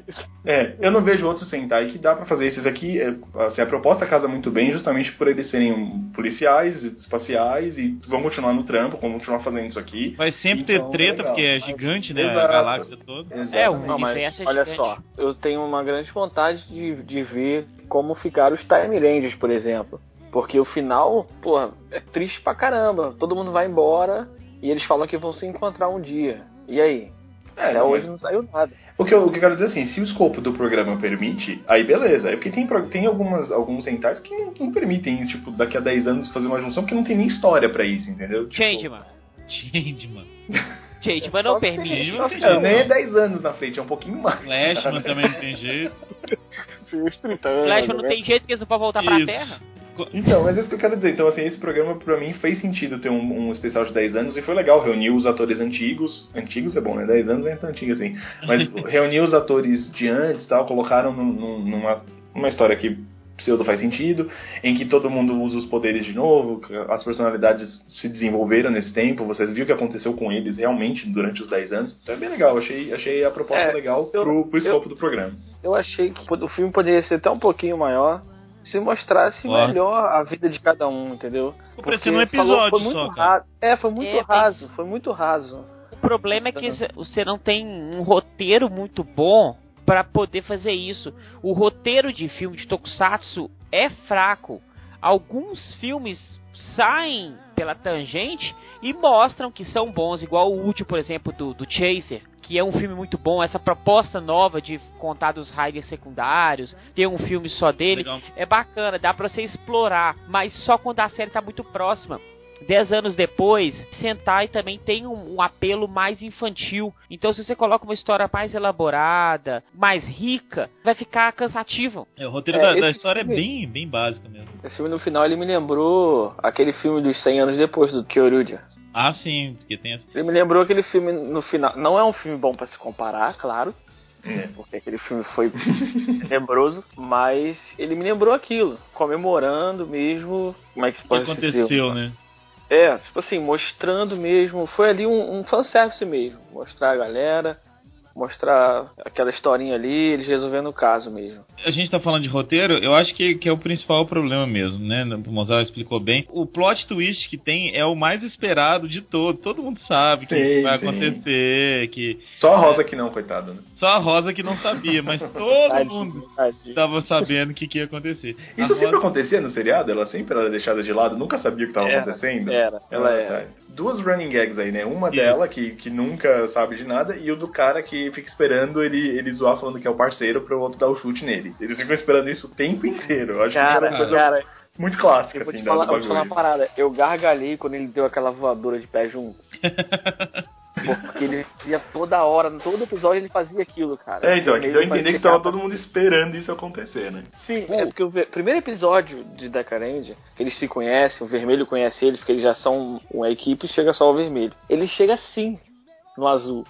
Speaker 5: É, eu não vejo outro Sentai que dá pra fazer esses aqui. é, assim, a proposta casa muito bem justamente por eles serem um, policiais, espaciais e vão continuar no trampo, vão continuar fazendo isso aqui.
Speaker 1: Vai sempre
Speaker 5: Então,
Speaker 1: ter treta,
Speaker 5: legal.
Speaker 1: porque é gigante, né? A
Speaker 5: Exato.
Speaker 1: galáxia toda.
Speaker 3: É, o
Speaker 5: Exatamente.
Speaker 4: Não, mas
Speaker 3: universo é
Speaker 4: olha
Speaker 3: gigante.
Speaker 4: só, eu tenho uma grande vontade de, de ver como ficaram os Time Rangers, por exemplo. Porque o final, porra, é triste pra caramba. Todo mundo vai embora e eles falam que vão se encontrar um dia. E aí?
Speaker 5: É,
Speaker 4: Até
Speaker 5: não,
Speaker 4: hoje
Speaker 5: mas
Speaker 4: não saiu nada.
Speaker 5: o, que eu, o que eu quero dizer assim, se o escopo do programa permite, aí beleza. É porque tem, pro- tem algumas, alguns Sentais que não, não permitem, tipo, daqui a 10 anos fazer uma junção, porque não tem nem história pra isso, entendeu? Tipo,
Speaker 3: Change, mano.
Speaker 1: Gente, mano.
Speaker 3: Gente, mas não
Speaker 4: Só se-
Speaker 3: permite.
Speaker 1: permite.
Speaker 5: Não, cara, nem é 10 anos na frente, é um pouquinho mais.
Speaker 1: Flashman também não tem jeito.
Speaker 4: Os 30 anos,
Speaker 3: Flashman não
Speaker 4: né?
Speaker 3: tem jeito que eles não vão voltar pra
Speaker 1: Isso.
Speaker 3: Terra.
Speaker 5: Então, mas é isso que eu quero dizer. Então, assim, esse programa pra mim fez sentido ter um, um especial de 10 anos e foi legal. Reuniu os atores antigos. Antigos é bom, né? 10 anos é tão antigo assim.
Speaker 4: (laughs)
Speaker 5: Mas reuniu os atores de antes e tal, colocaram num- num- numa, numa história que pseudo faz sentido, em que todo mundo usa os poderes de novo, que as personalidades se desenvolveram nesse tempo, vocês viram o que aconteceu com eles realmente durante os 10 anos. Então é bem legal, achei, achei a proposta
Speaker 4: É,
Speaker 5: legal
Speaker 4: eu-
Speaker 5: pro, pro escopo do programa.
Speaker 4: Eu achei que o filme poderia ser até um pouquinho maior se mostrasse
Speaker 1: Ó.
Speaker 4: melhor a vida de cada um, entendeu?
Speaker 1: Ficou parecendo um
Speaker 4: Porque falou-
Speaker 1: episódio
Speaker 4: foi muito
Speaker 1: só, cara.
Speaker 4: raso. É, foi muito
Speaker 3: É, mas-
Speaker 4: raso, foi muito raso.
Speaker 3: O problema é que esse- você não tem um roteiro muito bom pra poder fazer isso. O roteiro de filme de Tokusatsu é fraco. Alguns filmes saem pela tangente e mostram que são bons, igual o último, por exemplo, do, do Chaser, que é um filme muito bom. Essa proposta nova de contar dos riders secundários, ter um filme só dele,
Speaker 1: Legal.
Speaker 3: é bacana, dá pra você explorar, mas só quando a série tá muito próxima. Dez anos depois, Sentai também tem um, um apelo mais infantil. Então, se você coloca uma história mais elaborada, mais rica, vai ficar cansativo.
Speaker 1: É, o roteiro
Speaker 4: É,
Speaker 1: da, da
Speaker 4: esse
Speaker 1: história é
Speaker 4: filme-
Speaker 1: bem, bem básico mesmo.
Speaker 4: Esse filme no final ele me lembrou aquele filme dos 100 anos depois do Kyoryuja.
Speaker 1: Ah, sim, porque tem essa.
Speaker 4: Ele me lembrou aquele filme no final. Não é um filme bom pra se comparar, claro, né,
Speaker 5: É.
Speaker 4: porque aquele filme foi (laughs) tenebroso, mas ele me lembrou aquilo, comemorando mesmo como é que
Speaker 1: O que
Speaker 4: pode dizer?
Speaker 1: aconteceu, né?
Speaker 4: É, tipo assim, mostrando mesmo. Foi ali um, um fanservice mesmo. Mostrar a galera, mostrar aquela historinha ali, eles resolvendo o caso mesmo.
Speaker 1: A gente tá falando de roteiro, eu acho que, que é o principal problema mesmo, né? O Mozart explicou bem. O plot twist que tem é o mais esperado de todo. Todo mundo sabe que
Speaker 5: Sim,
Speaker 1: vai
Speaker 5: sim.
Speaker 1: acontecer, que.
Speaker 5: Só a Rosa que não, coitada, né?
Speaker 1: Só a Rosa que não sabia, mas todo mundo
Speaker 4: Tadinho.
Speaker 1: tava sabendo o que, que ia acontecer. A
Speaker 5: Isso sempre
Speaker 1: Rosa-
Speaker 5: acontecia no seriado? Ela sempre era deixada de lado, nunca sabia o que estava
Speaker 4: Era,
Speaker 5: acontecendo?
Speaker 4: era, É, ela é.
Speaker 5: Ah,
Speaker 4: era.
Speaker 5: tá. Duas running gags aí, né? Uma
Speaker 1: Isso.
Speaker 5: dela, que, que nunca sabe de nada, e o do cara que fica esperando ele, ele zoar falando que é o parceiro para o outro dar o chute nele. Eles ficam esperando isso o tempo inteiro. Eu acho que isso era
Speaker 4: Cara,
Speaker 5: uma coisa
Speaker 4: cara,
Speaker 5: Muito clássica,
Speaker 4: Eu vou
Speaker 5: assim,
Speaker 4: te
Speaker 5: da, do
Speaker 4: falar, eu vou te
Speaker 5: bagulho.
Speaker 4: falar uma parada. Eu gargalhei quando ele deu aquela voadora de
Speaker 5: (laughs)
Speaker 4: pé junto. Porque ele fazia toda hora, todo episódio ele fazia aquilo, cara.
Speaker 5: É, então, é que
Speaker 4: Ele
Speaker 5: deu a
Speaker 4: fazia
Speaker 5: entender que tava
Speaker 4: cada-
Speaker 5: todo mundo esperando isso acontecer, né?
Speaker 4: Sim, é porque o ve- primeiro episódio de Decarendia, eles se conhecem, o vermelho conhece eles, porque eles já são uma equipe e chega só o vermelho. Ele chega assim, no azul.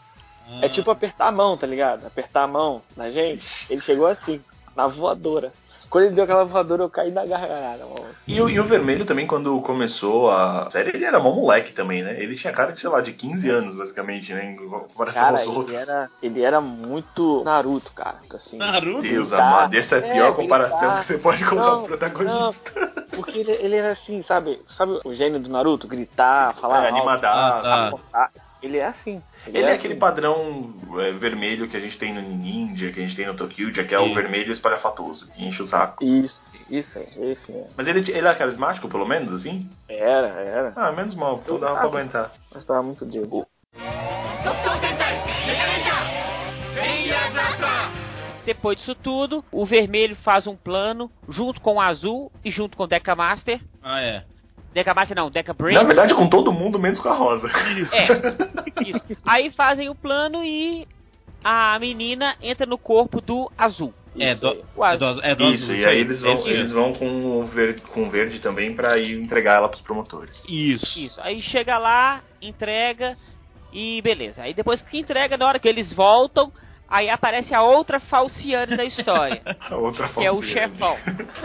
Speaker 5: Ah.
Speaker 4: É tipo apertar a mão, tá ligado? Apertar a mão na gente. Ele chegou assim, na voadora. Quando ele deu aquela voadora, eu caí na gargalhada, mano.
Speaker 5: E, o- e o vermelho também, quando começou a série, ele era mó moleque também, né? Ele tinha cara de, sei lá, de 15 anos, basicamente, né? Em comparação
Speaker 4: Cara,
Speaker 5: aos outros.
Speaker 4: ele era, ele era muito Naruto, cara. Assim,
Speaker 1: Naruto?
Speaker 5: Deus
Speaker 4: Tá.
Speaker 5: amado, essa é a pior
Speaker 4: É,
Speaker 5: comparação
Speaker 4: gritar.
Speaker 5: que você pode contar
Speaker 4: Não,
Speaker 5: pro protagonista.
Speaker 4: Porque ele, ele era assim, sabe? Sabe o gênio do Naruto? Gritar, falar
Speaker 5: É,
Speaker 4: alto,
Speaker 5: animadaço.
Speaker 1: Ah,
Speaker 4: apontar. Ele é assim.
Speaker 5: tá. Ele é
Speaker 4: assim.
Speaker 5: aquele padrão é, vermelho que a gente tem no Ninja, que a gente tem no Tokyo, que é o
Speaker 1: Sim.
Speaker 5: vermelho espalhafatoso, que enche o saco.
Speaker 4: Isso, isso, é, esse mesmo.
Speaker 5: Mas ele, ele era carismático, pelo menos, assim?
Speaker 4: Era, era.
Speaker 5: Ah, menos mal, então dava pra
Speaker 4: Ah,
Speaker 5: aguentar.
Speaker 4: Mas tava muito doido.
Speaker 6: 特徴戦隊メガレンジャーフェイヤーザーサー
Speaker 3: Depois disso tudo, o vermelho faz um plano junto com o azul e junto com o Deca Master.
Speaker 1: Ah, é.
Speaker 3: Deca Master não, Deca Brain.
Speaker 5: Na verdade, com todo mundo, menos com a Rosa.
Speaker 3: É, isso. Aí fazem o plano e a menina entra no corpo do azul.
Speaker 1: É,
Speaker 4: Isso
Speaker 1: do,
Speaker 4: aí.
Speaker 3: O
Speaker 1: é
Speaker 3: azul.
Speaker 1: do, é do
Speaker 5: Isso,
Speaker 1: azul,
Speaker 5: e aí
Speaker 1: é.
Speaker 5: eles vão,
Speaker 1: Isso,
Speaker 5: eles vão com o verde, com o verde também pra ir entregar ela pros promotores.
Speaker 1: Isso.
Speaker 3: Isso. Aí chega lá, entrega e beleza. Aí depois que entrega, na hora que eles voltam, aí aparece a outra falciane da
Speaker 5: (laughs)
Speaker 3: história,
Speaker 5: A outra
Speaker 3: que é o
Speaker 5: falsiane.
Speaker 3: chefão.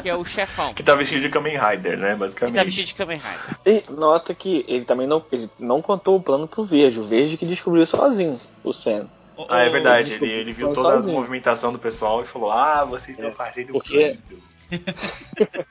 Speaker 3: Que é o chefão.
Speaker 5: Que tá vestido de Kamen Rider, né?
Speaker 3: Que tá
Speaker 5: Basicamente.
Speaker 3: vestido de Kamen Rider.
Speaker 4: E nota que ele também não, ele não contou o plano pro Verde. O Verde que descobriu sozinho o Senna.
Speaker 1: O-
Speaker 5: Ah, é
Speaker 1: o-
Speaker 5: verdade. Ele,
Speaker 4: Desculpa,
Speaker 5: ele viu
Speaker 4: foi
Speaker 5: toda a
Speaker 4: sozinho. É,
Speaker 5: movimentação do pessoal e falou: Ah, vocês estão fazendo
Speaker 4: porque-
Speaker 5: plano.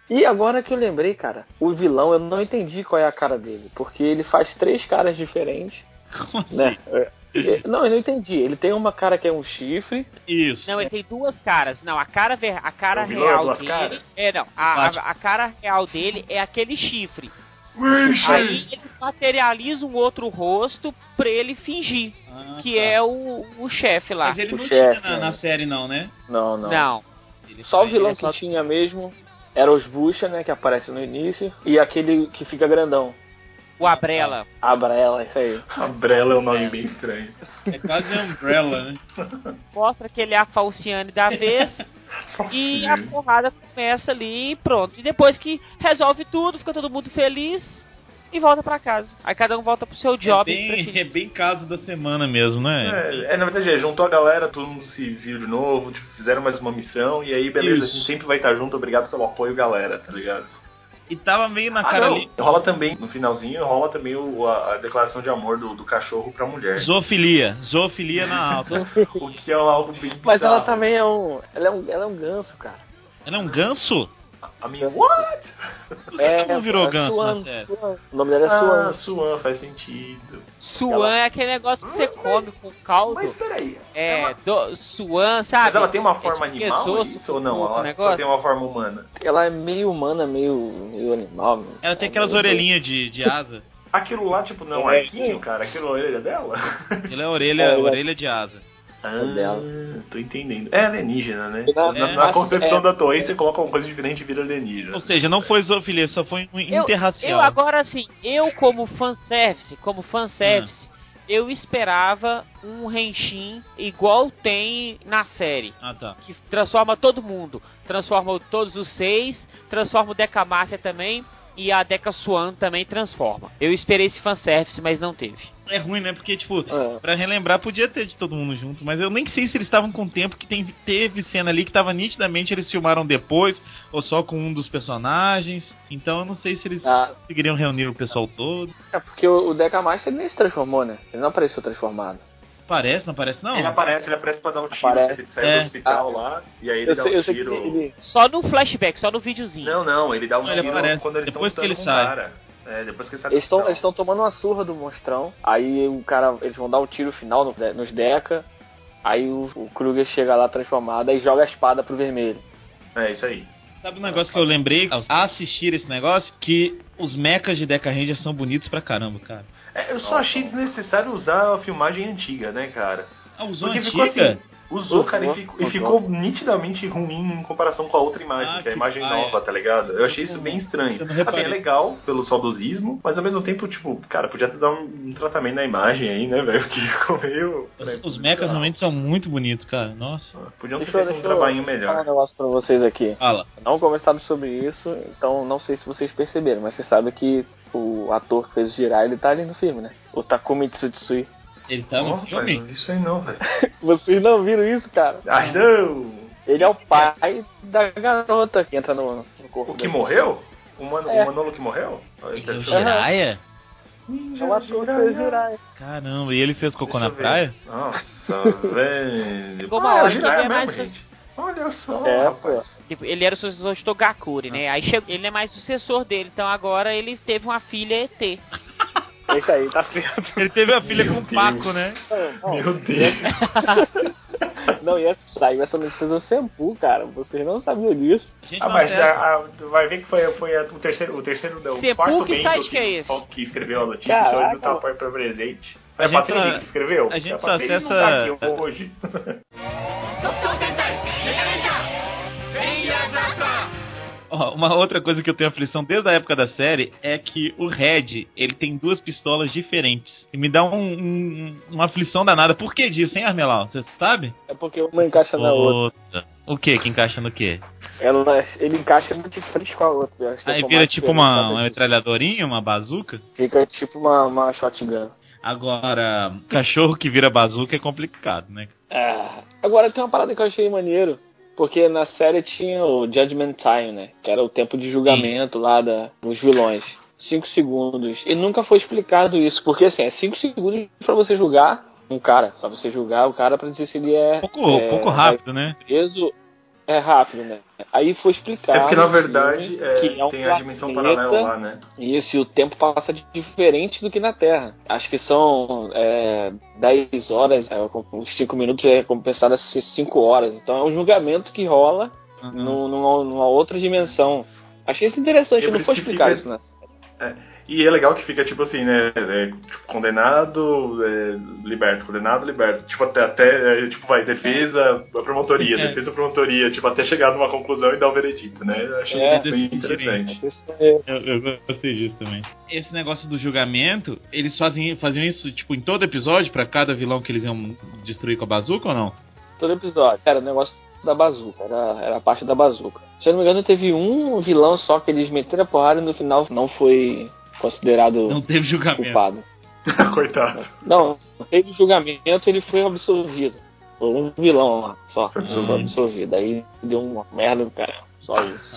Speaker 4: E agora que eu lembrei, cara, o vilão eu não entendi qual é a cara dele. Porque ele faz três
Speaker 1: (laughs)
Speaker 4: caras diferentes,
Speaker 1: Como assim?
Speaker 4: né? É, é, Não, eu não entendi. Ele tem uma cara que é um chifre.
Speaker 1: Isso.
Speaker 3: Não, ele tem duas caras. Não, a cara, ver- a cara
Speaker 5: O vilão é
Speaker 3: real
Speaker 5: duas
Speaker 3: dele.
Speaker 5: caras?
Speaker 3: É, não. A,
Speaker 1: Bate.
Speaker 3: a, a cara real dele é aquele chifre.
Speaker 5: Wilson!
Speaker 3: Aí ele materializa um outro rosto pra ele fingir
Speaker 1: Ah,
Speaker 3: que
Speaker 1: tá.
Speaker 3: é o, o chefe lá.
Speaker 1: Mas ele
Speaker 4: O
Speaker 1: não
Speaker 4: chefe,
Speaker 1: tinha na,
Speaker 4: né?
Speaker 1: na série, não, né?
Speaker 4: Não, não.
Speaker 3: Não.
Speaker 1: Ele
Speaker 4: Só o
Speaker 1: ele-
Speaker 4: vilão
Speaker 1: ele
Speaker 4: que
Speaker 1: só-
Speaker 4: tinha mesmo era os Bucha, né? Que aparece no início. E aquele que fica grandão.
Speaker 3: O Abrela.
Speaker 4: Abra ela, isso aí.
Speaker 5: (laughs) A Brella é um nome bem estranho.
Speaker 1: É quase Umbrella,
Speaker 3: (laughs)
Speaker 1: né?
Speaker 3: Mostra que ele é a Falciane da
Speaker 5: (laughs)
Speaker 3: vez. e a porrada começa ali e pronto. E depois que resolve tudo, fica todo mundo feliz e volta pra casa. Aí cada um volta pro seu
Speaker 1: É
Speaker 3: job.
Speaker 1: bem,
Speaker 3: preferido.
Speaker 1: é bem caso da semana mesmo, né?
Speaker 5: É, é, na verdade, é, juntou a galera, todo mundo se viu de novo, tipo, fizeram mais uma missão, e aí, beleza, a
Speaker 1: Isso.
Speaker 5: gente sempre vai estar junto, obrigado pelo apoio, galera, tá ligado?
Speaker 1: E tava meio na
Speaker 5: Ah,
Speaker 1: cara
Speaker 5: não,
Speaker 1: ali.
Speaker 5: Rola também, no finalzinho, rola também o- a, a declaração de amor do, do cachorro pra mulher.
Speaker 1: Zoofilia. Zoofilia na alta.
Speaker 3: (laughs)
Speaker 5: O que é algo bem
Speaker 4: Mas ela
Speaker 5: bizarro.
Speaker 4: também é um. Ela é um, ela é um ganso, cara.
Speaker 1: Ela é um ganso?
Speaker 5: A minha. What?
Speaker 1: Por que
Speaker 4: É,
Speaker 1: que não virou
Speaker 5: tá
Speaker 4: é
Speaker 1: ganso né,
Speaker 4: Suan,
Speaker 1: na série?
Speaker 4: Suan. O nome dela
Speaker 5: (laughs)
Speaker 4: é
Speaker 5: Ah,
Speaker 4: Suan.
Speaker 5: Suan, faz sentido.
Speaker 3: Suan é aquele negócio que você come com caldo.
Speaker 5: Mas peraí.
Speaker 3: é,
Speaker 5: ela-
Speaker 3: do, Suan, sabe?
Speaker 5: Mas ela tem uma
Speaker 3: É
Speaker 5: forma
Speaker 3: tipo
Speaker 5: animal,
Speaker 3: Exosso,
Speaker 5: isso ou não?
Speaker 3: um
Speaker 5: Ela só
Speaker 3: negócio.
Speaker 5: tem uma forma humana.
Speaker 4: Ela é meio humana, meio, meio animal. meio-
Speaker 1: Ela tem aquelas
Speaker 4: meio-
Speaker 1: orelhinhas de, de asa.
Speaker 5: Aquilo lá, tipo, não
Speaker 4: É.
Speaker 5: é arquinho, cara. Aquilo é a orelha dela?
Speaker 1: Ela é orelha,
Speaker 4: É, ela-
Speaker 1: orelha de asa.
Speaker 5: Ah,
Speaker 4: dela.
Speaker 5: tô entendendo. É alienígena, né?
Speaker 4: Na-
Speaker 5: Na,
Speaker 1: é,
Speaker 5: na concepção
Speaker 4: é.
Speaker 5: da Toei, você coloca uma coisa diferente e vira alienígena.
Speaker 1: Ou seja, não foi zoofilia, só foi um
Speaker 3: Eu,
Speaker 1: interracial.
Speaker 3: eu agora assim, eu como fanservice, como fanservice,
Speaker 5: Ah.
Speaker 3: eu esperava um Henshin igual tem na série.
Speaker 1: Ah, tá.
Speaker 3: Que transforma todo mundo. Transforma o- todos os seis, transforma o Deca Márcia também. E a Deca Swan também transforma. Eu esperei esse fanservice, mas não teve.
Speaker 1: É ruim, né? Porque, tipo,
Speaker 4: É.
Speaker 1: pra relembrar, podia ter de todo mundo junto, mas eu nem sei se eles estavam com tempo que tem- teve cena ali que tava nitidamente, eles filmaram depois, ou só com um dos personagens. Então eu não sei se eles
Speaker 4: Ah,
Speaker 1: conseguiriam reunir o pessoal todo.
Speaker 4: é porque o o Deca Master ele nem se transformou, né? Ele não apareceu transformado.
Speaker 1: Parece, não parece, não?
Speaker 5: Ele aparece, ele aparece pra dar um tiro.
Speaker 4: Aparece.
Speaker 5: Ele sai
Speaker 1: É.
Speaker 5: do hospital lá, e aí ele
Speaker 4: Eu
Speaker 5: dá
Speaker 4: sei,
Speaker 5: um
Speaker 4: eu sei que
Speaker 5: tiro.
Speaker 4: ele.
Speaker 3: Só no flashback, só no videozinho.
Speaker 5: Não, não, ele dá um
Speaker 1: Não, ele
Speaker 5: tiro
Speaker 1: aparece.
Speaker 5: quando eles
Speaker 1: Depois
Speaker 5: estão
Speaker 1: que ele
Speaker 5: lutando com
Speaker 1: sai.
Speaker 5: o cara. É, depois que ele sai do
Speaker 4: Eles estão
Speaker 5: hospital.
Speaker 4: eles tão tomando uma surra do monstrão. Aí o cara. Eles vão dar o tiro final no- né, nos Deca. Aí o, o Kruger chega lá transformado e joga a espada pro vermelho.
Speaker 5: É, isso aí.
Speaker 1: Sabe um negócio que eu lembrei ao assistir esse negócio? Que os mechas de Deca Ranger são bonitos pra caramba, cara.
Speaker 5: É, eu só achei desnecessário usar a filmagem antiga, né, cara?
Speaker 1: Ah, usou
Speaker 5: Porque
Speaker 1: antiga?
Speaker 5: ficou assim. Usou,
Speaker 4: Usou,
Speaker 5: cara, e ficou, e
Speaker 4: usou.
Speaker 5: ficou nitidamente ruim em comparação com a outra imagem,
Speaker 1: Ah,
Speaker 5: que é a
Speaker 1: que
Speaker 5: imagem
Speaker 1: paia. Uhum.
Speaker 5: nova, tá ligado? Eu achei isso bem estranho.
Speaker 1: Eu não
Speaker 5: Assim,
Speaker 1: reparei.
Speaker 5: é legal pelo saudosismo, mas ao mesmo tempo, tipo, cara, podia dar um, um tratamento na imagem aí, né, velho? (laughs) Porque ficou meio. né,
Speaker 1: Os mechas realmente são muito bonitos, cara. Nossa.
Speaker 5: Podiam ter
Speaker 4: Deixa eu,
Speaker 5: feito um
Speaker 4: deixa, eu,
Speaker 5: trabalhinho
Speaker 4: deixa eu falar um
Speaker 5: melhor.
Speaker 4: negócio pra vocês aqui.
Speaker 1: Fala.
Speaker 4: Não conversado sobre isso, então não sei se vocês perceberam, mas vocês sabem que o ator que fez o Jirai, ele tá ali no filme, né? O Takumi Tsutsui.
Speaker 1: Ele tá no
Speaker 5: Nossa,
Speaker 1: filme?
Speaker 5: velho, isso aí não,
Speaker 4: (laughs)
Speaker 5: velho.
Speaker 4: Vocês não viram isso, cara?
Speaker 5: Ai, não!
Speaker 4: Ele é o pai da garota que entra no, no corpo.
Speaker 5: O que
Speaker 4: dele.
Speaker 5: morreu? O, Mano,
Speaker 4: É.
Speaker 5: o Manolo que morreu?
Speaker 1: Ele é o
Speaker 5: Deixa eu-
Speaker 1: Jiraiya?
Speaker 4: É o ator que fez o Jirai.
Speaker 1: Caramba, e ele fez cocô
Speaker 5: deixa
Speaker 1: na
Speaker 5: eu ver.
Speaker 1: praia?
Speaker 5: Nossa, velho.
Speaker 3: Ficou uma hora que
Speaker 5: Jiraiya
Speaker 3: ele é mais
Speaker 5: mesmo, gente. Olha só,
Speaker 4: É,
Speaker 5: rapaz.
Speaker 3: Tipo, ele era o sucessor de Togakuri, né? Aí chegou, ele é mais sucessor dele, então agora ele teve uma filha ET.
Speaker 4: É isso aí, tá certo.
Speaker 1: Ele teve a filha
Speaker 5: Meu
Speaker 1: com o
Speaker 5: Deus.
Speaker 1: Paco, né?
Speaker 4: Não,
Speaker 5: Meu Deus.
Speaker 4: não, e essa daí vai ser notícia do Senpu, cara. Vocês não sabiam disso.
Speaker 1: A gente
Speaker 5: Ah,
Speaker 1: não é.
Speaker 5: mas
Speaker 1: acerta.
Speaker 5: a- a- vai ver que foi, foi a- o terceiro, o terceiro não,
Speaker 3: Sepulcro,
Speaker 5: o quarto
Speaker 3: que
Speaker 5: membro
Speaker 3: site que é esse?
Speaker 5: que escreveu a notícia, então ele não tá
Speaker 4: Caraca.
Speaker 5: pra pra presente.
Speaker 1: A
Speaker 5: Foi a
Speaker 1: gente
Speaker 5: Patrícia
Speaker 1: só-
Speaker 5: que escreveu?
Speaker 1: a gente
Speaker 5: é
Speaker 1: só
Speaker 5: Patrícia não
Speaker 1: acessa-
Speaker 5: tá aqui hoje.
Speaker 1: Ó, uma outra coisa que eu tenho aflição desde a época da série é que o Red, ele tem duas pistolas diferentes. E me dá um- um- uma aflição danada. Por que disso, hein, Armelau? Você sabe?
Speaker 4: É porque uma encaixa na outra.
Speaker 1: Puta. O que que encaixa no quê?
Speaker 4: Ela, ele encaixa muito de frente com a outra. Acho que
Speaker 1: Aí
Speaker 4: é
Speaker 1: vira
Speaker 4: mais
Speaker 1: tipo
Speaker 4: diferente
Speaker 1: uma, uma
Speaker 4: nada disso.
Speaker 1: metralhadorinha, uma bazuca?
Speaker 4: Fica tipo uma, uma shotgun.
Speaker 1: Agora, cachorro que vira bazuca é complicado, né?
Speaker 4: Ah, Agora tem uma parada que eu achei maneiro. Porque na série tinha o Judgment Time, né? Que era o tempo de julgamento lá da, dos vilões. 5 segundos. E nunca foi explicado isso. Porque assim, é 5 segundos pra você julgar um cara. Pra você julgar o cara pra dizer se ele é.
Speaker 1: Pouco,
Speaker 4: é,
Speaker 1: pouco rápido, né?
Speaker 4: vai preso. É rápido, né? Aí foi explicado.
Speaker 5: É porque na
Speaker 4: no filme
Speaker 5: verdade é,
Speaker 4: que é um
Speaker 5: tem a dimensão
Speaker 4: planeta
Speaker 5: paralela lá, né?
Speaker 4: e esse o tempo passa de- diferente do que na Terra. Acho que são é, 10 horas, é, com- os 5 minutos é compensado a ser 5 horas. Então é um julgamento que rola no- numa, numa outra dimensão. Achei isso interessante,
Speaker 5: É por
Speaker 4: não foi
Speaker 5: isso que
Speaker 4: explicado
Speaker 5: fica-
Speaker 4: isso, né?
Speaker 5: E é legal que fica tipo assim, né? é, tipo, condenado, é, liberto, condenado, liberto. Tipo, até, até é, tipo, vai, defesa, promotoria,
Speaker 1: É.
Speaker 5: defesa, promotoria, tipo, até chegar numa conclusão e dar o veredito, né? Eu achei
Speaker 4: É.
Speaker 5: isso bem interessante. (laughs)
Speaker 4: Achei isso é, maneiro.
Speaker 1: Eu, eu gostei disso também. Esse negócio do julgamento, eles fazem, faziam isso, tipo, em todo episódio, pra cada vilão que eles iam destruir com a bazuca ou não?
Speaker 4: Todo episódio. Era o negócio da bazuca, era, era a parte da bazuca. Se eu não me engano, teve um vilão só que eles meteram a porrada e no final não foi considerado
Speaker 1: Não teve julgamento.
Speaker 4: culpado.
Speaker 5: Coitado. (laughs)
Speaker 4: Não, teve julgamento, ele foi absolvido. Foi um vilão lá, só. Foi
Speaker 1: absolvido.
Speaker 4: absolvido. Aí deu uma merda do caramba. Só isso.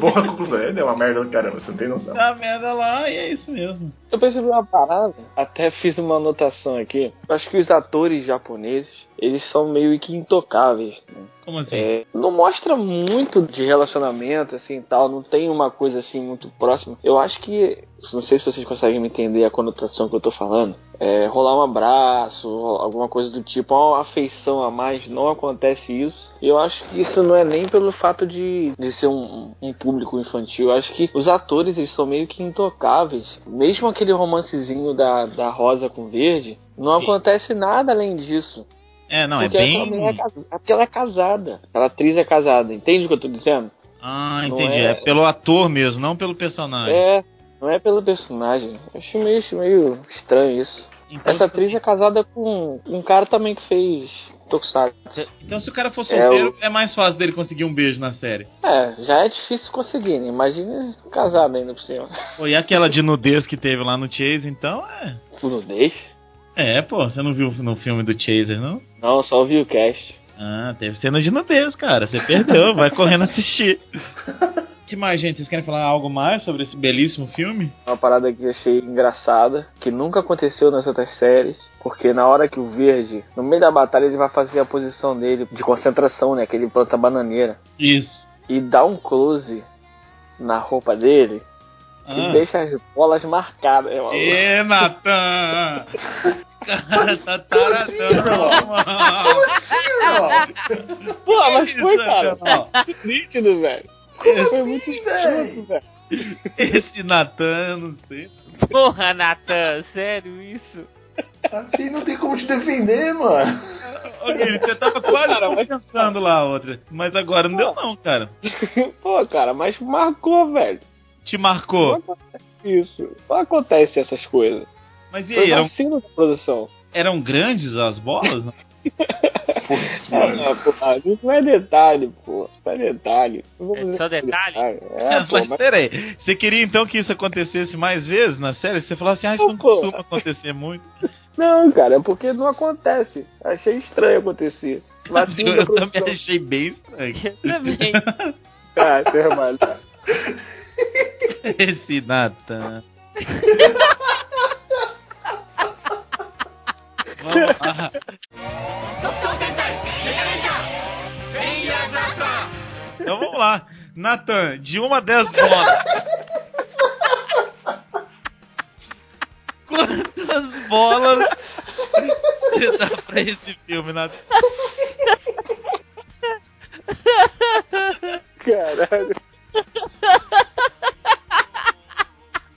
Speaker 5: Boa conclusão, é, né? Uma merda do caramba, você não tem noção.
Speaker 1: Tá merda lá e é isso mesmo.
Speaker 4: Eu percebi uma parada, até fiz uma anotação aqui. Eu Acho que os atores japoneses, eles são meio que intocáveis. né?
Speaker 1: Como assim?
Speaker 4: É, não mostra muito de relacionamento, assim, tal. Não tem uma coisa, assim, muito próxima. Eu acho que... Não sei se vocês conseguem me entender a conotação que eu tô falando. É, rolar um abraço, ro- alguma coisa do tipo, uma afeição a mais, não acontece isso. E Eu acho que isso não é nem pelo fato de, de ser um, um público infantil. Eu acho que os atores, eles são meio que intocáveis. Mesmo aquele romancezinho da, da rosa com verde, não
Speaker 1: Sim.
Speaker 4: acontece nada além disso.
Speaker 1: É, não, é
Speaker 4: Porque aquela mulher é
Speaker 1: bem.
Speaker 4: cas- porque ela é casada. Aquela atriz é casada. Entende o que eu tô dizendo?
Speaker 1: Ah,
Speaker 4: não
Speaker 1: entendi. É...
Speaker 4: é-
Speaker 1: pelo ator mesmo, não pelo personagem.
Speaker 4: É. Não é pelo personagem. Eu Acho meio, acho meio estranho isso.
Speaker 1: Então,
Speaker 4: Essa atriz é casada com um cara também que fez Tokusatsu.
Speaker 1: Então, se o cara for
Speaker 4: É,
Speaker 1: solteiro, é, mais fácil dele conseguir um beijo na série.
Speaker 4: É, já é difícil conseguir, né? Imagina casada ainda por cima.
Speaker 1: Pô, e aquela de nudez que teve lá no Chase, então é.
Speaker 4: Por nudez?
Speaker 1: É, pô, você não viu no filme do Chaser, não?
Speaker 4: Não, só ouvi o cast.
Speaker 1: Ah, teve cena de nudez, cara. Você perdeu, (laughs) vai correndo assistir. que mais, gente? Vocês querem falar algo mais sobre esse belíssimo filme?
Speaker 4: É Uma parada que eu achei engraçada, que nunca aconteceu nas outras séries, porque na hora que o Verde, no meio da batalha, ele vai fazer a posição dele de concentração, né? Que ele planta bananeira.
Speaker 1: Isso.
Speaker 4: e dá um close na roupa dele que
Speaker 1: Ah.
Speaker 4: deixa as bolas marcadas. É, maluco.
Speaker 1: Ê, (laughs) Natan! Cara, tá taradão, mano.
Speaker 4: (laughs) Pô, mas foi,
Speaker 1: Isso,
Speaker 4: cara.
Speaker 1: assim, Natan.
Speaker 4: Nítido, velho. Foi muito escroto, velho.
Speaker 1: Esse Natan, não sei.
Speaker 3: (laughs) Porra, Natan, sério isso?
Speaker 5: Assim não tem como te defender, mano.
Speaker 1: Ô, Ô, Guilherme, você tava quase
Speaker 4: Cara, mas-
Speaker 1: pensando lá a outra. Mas agora não deu não, cara.
Speaker 4: (laughs) Pô, cara, mas marcou, velho.
Speaker 1: Te marcou.
Speaker 4: Isso. Não acontece essas coisas.
Speaker 1: Mas e
Speaker 4: Foi
Speaker 1: aí, eram,
Speaker 4: vacilo da produção.
Speaker 1: eram grandes as bolas? Não? É.
Speaker 5: Putz,
Speaker 4: Ah,
Speaker 5: mano.
Speaker 4: não, porra, isso não é detalhe, pô. Não é detalhe. Não vamos
Speaker 3: É só
Speaker 4: dizer que
Speaker 3: detalhe?
Speaker 1: (laughs)
Speaker 4: É, pô,
Speaker 1: mas
Speaker 4: mas
Speaker 1: peraí, você queria então que isso acontecesse mais vezes na série? Você falou assim, ah, isso não
Speaker 4: Não, pô.
Speaker 1: costuma acontecer
Speaker 4: (laughs)
Speaker 1: muito.
Speaker 4: não, cara, é porque não acontece. Achei
Speaker 1: (laughs)
Speaker 4: estranho acontecer. Vacilo da
Speaker 1: Eu
Speaker 4: produção.
Speaker 1: também achei bem
Speaker 4: (laughs)
Speaker 1: estranho.
Speaker 3: (laughs) Também.
Speaker 4: Ah, seu irmão, tá.
Speaker 1: Esse
Speaker 4: (laughs)
Speaker 1: Natan. Vamos lá.
Speaker 6: 特等戦隊メガレンジャーフェイヤーザスター
Speaker 1: Então vamos lá. Natan, de uma a 10 bolas. Quantas bolas você dá pra esse filme, Natan?
Speaker 4: Caralho.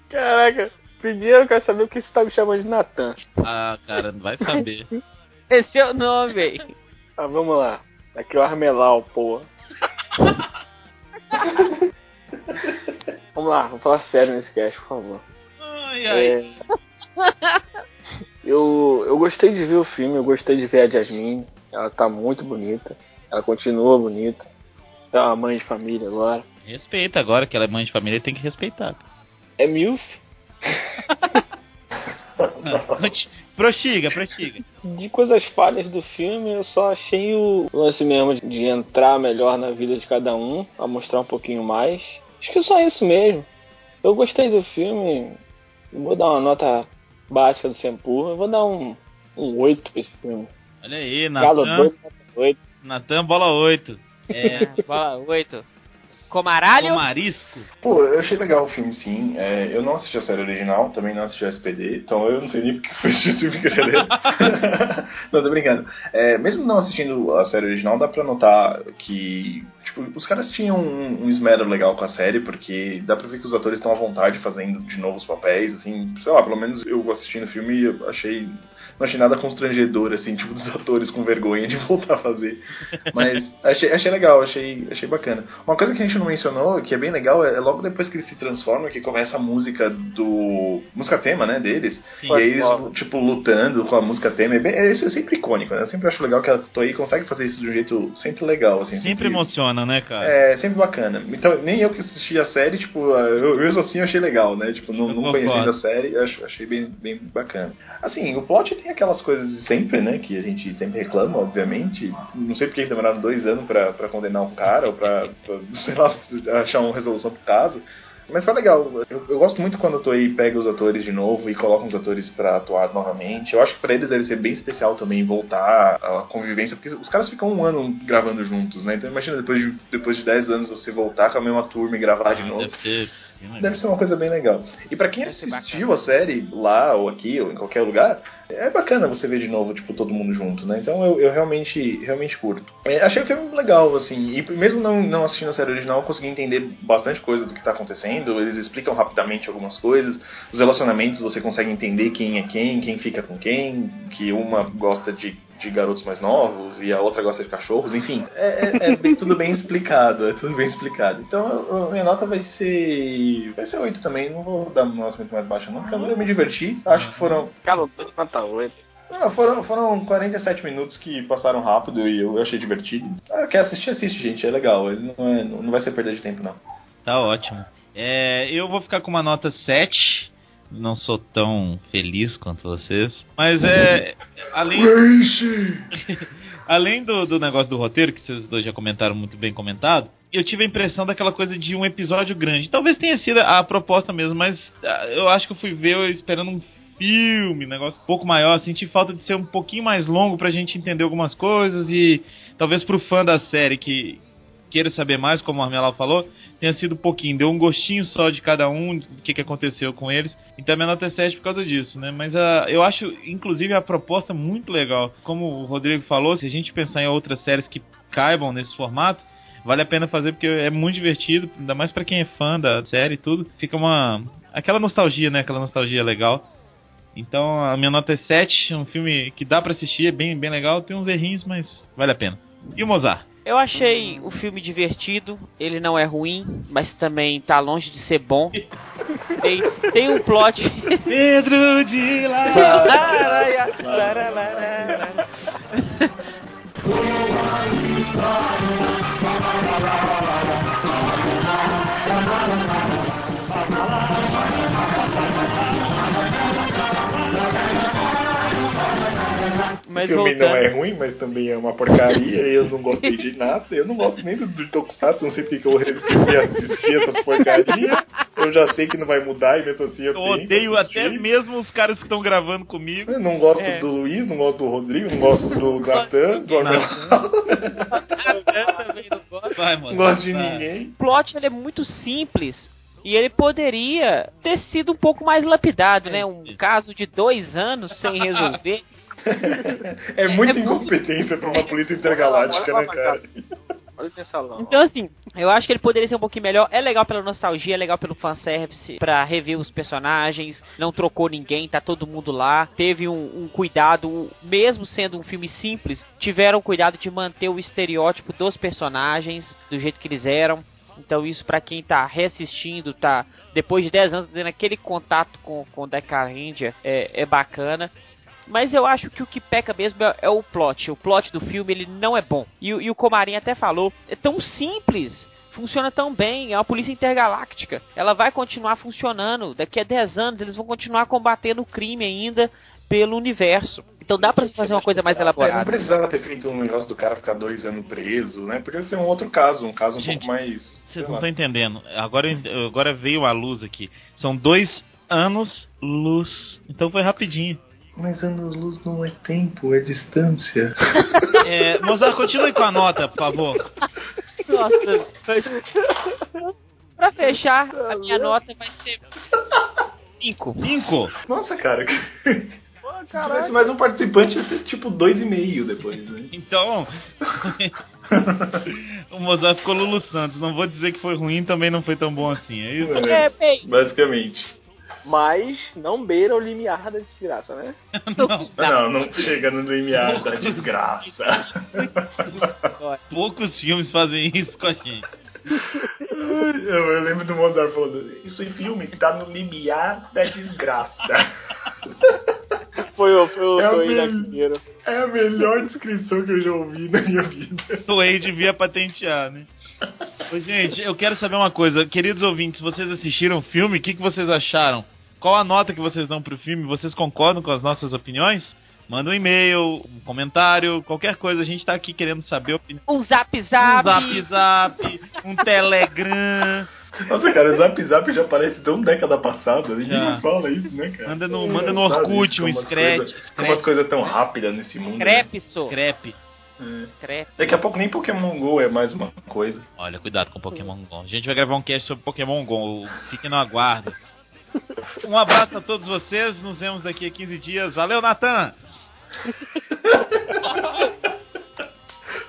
Speaker 4: Caraca. Primeiro eu quero saber o que você tá me chamando de Natan.
Speaker 1: Ah, cara, não vai
Speaker 4: (laughs)
Speaker 1: saber.
Speaker 3: Esse é o nome, velho.
Speaker 4: Ah, vamos lá. Aqui é o Armelau, porra. vamos lá, vamos falar sério nesse cast, por favor.
Speaker 1: Ai, ai.
Speaker 4: É. Eu, eu gostei de ver o filme, eu gostei de ver a Jasmine. Ela tá muito bonita. Ela continua bonita. Ela é uma mãe de família agora.
Speaker 1: Respeita agora que ela é mãe de família, tem que
Speaker 5: (laughs)
Speaker 1: respeitar.
Speaker 4: É MILF?
Speaker 1: Proxiga, proxiga.
Speaker 4: De coisas falhas do filme, eu só achei o lance mesmo de entrar melhor na vida de cada um, a mostrar um pouquinho mais. Acho que só isso mesmo. Eu gostei do filme, vou dar uma nota básica do Sempur, eu vou dar um, um 8 pra esse filme.
Speaker 1: Olha aí,
Speaker 4: Galo
Speaker 1: Natan.
Speaker 4: 2, nota 8.
Speaker 1: Natan, bola 8.
Speaker 3: É, bola 8. Comaralho?
Speaker 1: O marisco.
Speaker 5: Pô, eu achei legal o filme, sim. É, eu não assisti a série original, também não assisti a SPD, então eu não sei nem porque eu fui assistir o filme querer ler. (laughs) não, tô brincando. É, mesmo não assistindo a série original, dá pra notar que tipo, os caras tinham um, um esmero legal com a série, porque dá pra ver que os atores estão à vontade fazendo de novos papéis, assim, sei lá, pelo menos eu assistindo o filme eu achei. Não achei nada constrangedor, assim, tipo, dos (laughs) atores com vergonha de voltar a fazer. Mas achei, achei legal, achei, achei bacana. Uma coisa que a gente não mencionou, que é bem legal, é logo depois que eles se transformam, que começa a música do. música tema, né, deles.
Speaker 1: Sim.
Speaker 5: E aí eles, tipo, lutando com a música tema. É bem, é- isso é sempre icônico, né? Eu sempre acho legal que a Toei consegue fazer isso de um jeito sempre legal, assim.
Speaker 1: Sempre emociona, né, cara?
Speaker 5: É, sempre bacana. Então, nem eu que assisti a série, tipo, eu, eu assim achei legal, né? Tipo, não,
Speaker 1: Eu
Speaker 5: não
Speaker 1: concordo.
Speaker 5: conhecendo a série, eu acho- achei bem, bem bacana. Assim, o plot tem aquelas coisas de sempre, né? Que a gente sempre reclama, obviamente. Não sei porque demoraram dois anos pra, pra condenar um cara ou pra, pra, sei lá, achar uma resolução pro caso. Mas foi legal. Eu, eu gosto muito quando a Toei pega os atores de novo e coloca os atores pra atuar novamente. Eu acho que pra eles deve ser bem especial também voltar à convivência, porque os caras ficam um ano gravando juntos, né? Então imagina depois de, depois de 10 anos você voltar com a mesma turma e gravar de
Speaker 1: Ah,
Speaker 5: novo.
Speaker 1: Deve ser.
Speaker 5: Deve ser uma coisa bem legal. E pra quem
Speaker 3: é Deve ser
Speaker 5: assistiu a série lá ou aqui ou em qualquer lugar, é bacana você ver de novo, tipo, todo mundo junto, né? Então eu, eu realmente, realmente curto. É, achei o filme legal, assim, e mesmo não, não assistindo a série original, eu consegui entender bastante coisa do que tá acontecendo, eles explicam rapidamente algumas coisas, os relacionamentos você consegue entender quem é quem, quem fica com quem, que uma gosta de, de garotos mais novos e a outra gosta de cachorros, enfim. É, é- é bem- tudo bem explicado, é tudo bem explicado. Então eu- eu- minha nota vai ser. Vai ser 8 também, não vou dar uma nota muito mais baixa não, porque eu me diverti. Acho que foram.
Speaker 4: Galo 2, nota 8.
Speaker 5: Ah, foram, foram 47 minutos que passaram rápido e eu achei divertido. Ah, quer assistir, assiste, gente, é legal. Ele não, é, não vai ser perda de tempo, não.
Speaker 1: Tá ótimo. É, eu vou ficar com uma nota 7. Não sou tão feliz quanto vocês. Mas é. Além, (laughs) além do, do negócio do roteiro, que vocês dois já comentaram muito bem comentado, eu tive a impressão daquela coisa de um episódio grande. Talvez tenha sido a proposta mesmo, mas ah, eu acho que eu fui ver esperando um filme, negócio um pouco maior. Senti falta de ser um pouquinho mais longo pra gente entender algumas coisas e talvez pro fã da série que queira saber mais, como a Armela falou, tenha sido pouquinho. Deu um gostinho só de cada um, do que, que aconteceu com eles. Então a minha nota é 7 por causa disso, né? Mas a, eu acho, inclusive, a proposta muito legal. Como o Rodrigo falou, se a gente pensar em outras séries que caibam nesse formato, vale a pena fazer porque é muito divertido, ainda mais pra quem é fã da série e tudo. Fica uma. aquela nostalgia, né? Aquela nostalgia legal. Então a minha nota é 7, um filme que dá para assistir, é bem, bem legal, tem uns errinhos, mas vale a pena. E o Mozart?
Speaker 3: Eu achei o filme divertido, ele não é ruim, mas também tá longe de ser bom. Tem, tem um plot.
Speaker 1: Pedro de
Speaker 3: Lara.
Speaker 5: Mas o filme voltando. não é ruim, mas também é uma porcaria. eu não gostei de nada. Eu não gosto nem do, do Tokusatsu. Não sei porque eu resolvi assistir essa porcaria. Eu já sei que não vai mudar e mesmo assim eu,
Speaker 1: eu odeio até mesmo os caras que estão gravando comigo.
Speaker 5: Eu não gosto é. do Luiz, não gosto do Rodrigo, não gosto do Gatan, do Armando.
Speaker 1: Não
Speaker 5: gosto de ninguém.
Speaker 3: O plot ele é muito simples. E ele poderia ter sido um pouco mais lapidado, né? Um caso de dois anos sem resolver.
Speaker 5: é muita é incompetência muito... pra uma polícia intergaláctica, né, cara?
Speaker 3: Então, assim, eu acho que ele poderia ser um pouquinho melhor. É legal pela nostalgia, é legal pelo fanservice, pra rever os personagens. Não trocou ninguém, tá todo mundo lá. Teve um, um cuidado, mesmo sendo um filme simples, tiveram cuidado de manter o estereótipo dos personagens do jeito que eles eram. Então isso para quem tá reassistindo, tá depois de 10 anos tendo aquele contato com com Decarendia é, é bacana. Mas eu acho que o que peca mesmo é, é, o plot. O plot do filme ele não é bom. E, e o Comarim até falou, é tão simples. Funciona tão bem, é uma polícia intergaláctica. Ela vai continuar funcionando. Daqui a 10 anos eles vão continuar combatendo o crime ainda pelo universo. Então dá pra fazer uma coisa mais elaborada.
Speaker 1: né?
Speaker 5: Não precisava ter feito um negócio do cara ficar dois anos preso, né? Podia ser um outro caso, um caso um Gente, pouco mais.
Speaker 1: Vocês não estão entendendo. Agora, agora veio a luz aqui. São dois anos luz. Então foi
Speaker 5: (laughs)
Speaker 1: rapidinho.
Speaker 5: Mas anos-luz não é tempo, é distância.
Speaker 1: é, Mozart, continue com a nota, por favor.
Speaker 3: Nossa. pra fechar, a minha nota vai ser 5.
Speaker 1: 5?
Speaker 5: Nossa, cara. (laughs) Caraca. Se mais um participante, ia ser tipo 2,5 depois, né?
Speaker 1: Então. (laughs) o Mozart ficou Lulu Santos. Não vou dizer que foi ruim, também não foi tão bom assim. É isso?
Speaker 5: (laughs) É, bem. Basicamente.
Speaker 4: Mas não beira o limiar da desgraça, né?
Speaker 5: não, Ah, não, não chega no limiar da (laughs) desgraça.
Speaker 1: Poucos filmes fazem isso com a gente.
Speaker 5: Eu, eu, lembro do Mozart falando: Isso em filme tá no limiar da desgraça.
Speaker 4: Foi o foi, o, é, foi a me...
Speaker 5: (laughs) é a melhor descrição que eu já ouvi na minha vida.
Speaker 1: Toei devia patentear, né? Gente, eu quero saber uma coisa. Queridos ouvintes, vocês assistiram o filme? O que, que vocês acharam? Qual a nota que vocês dão pro filme? Vocês concordam com as nossas opiniões? Manda um e-mail, um comentário, qualquer coisa. A gente tá aqui querendo saber a opinião.
Speaker 3: Um zap zap.
Speaker 1: Um zap zap, um telegram.
Speaker 5: Nossa, cara, o Zap Zap já parece tão década passada. Ninguém já. mais fala isso, né, cara?
Speaker 1: Manda no, manda no Orkut, isso, um Scratch.
Speaker 5: Tem umas coisas tão rápidas nesse mundo.
Speaker 3: Scrap,
Speaker 1: né? Scrap.
Speaker 5: É. Daqui a pouco nem Pokémon GO é mais uma coisa.
Speaker 1: Olha, cuidado com Pokémon GO. A gente vai gravar um cast sobre Pokémon GO. Fique no aguardo. Um abraço a todos vocês. Nos vemos daqui a 15 dias. Valeu, Natan!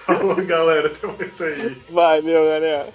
Speaker 5: Falou, galera. Até mais aí.
Speaker 4: Valeu, galera.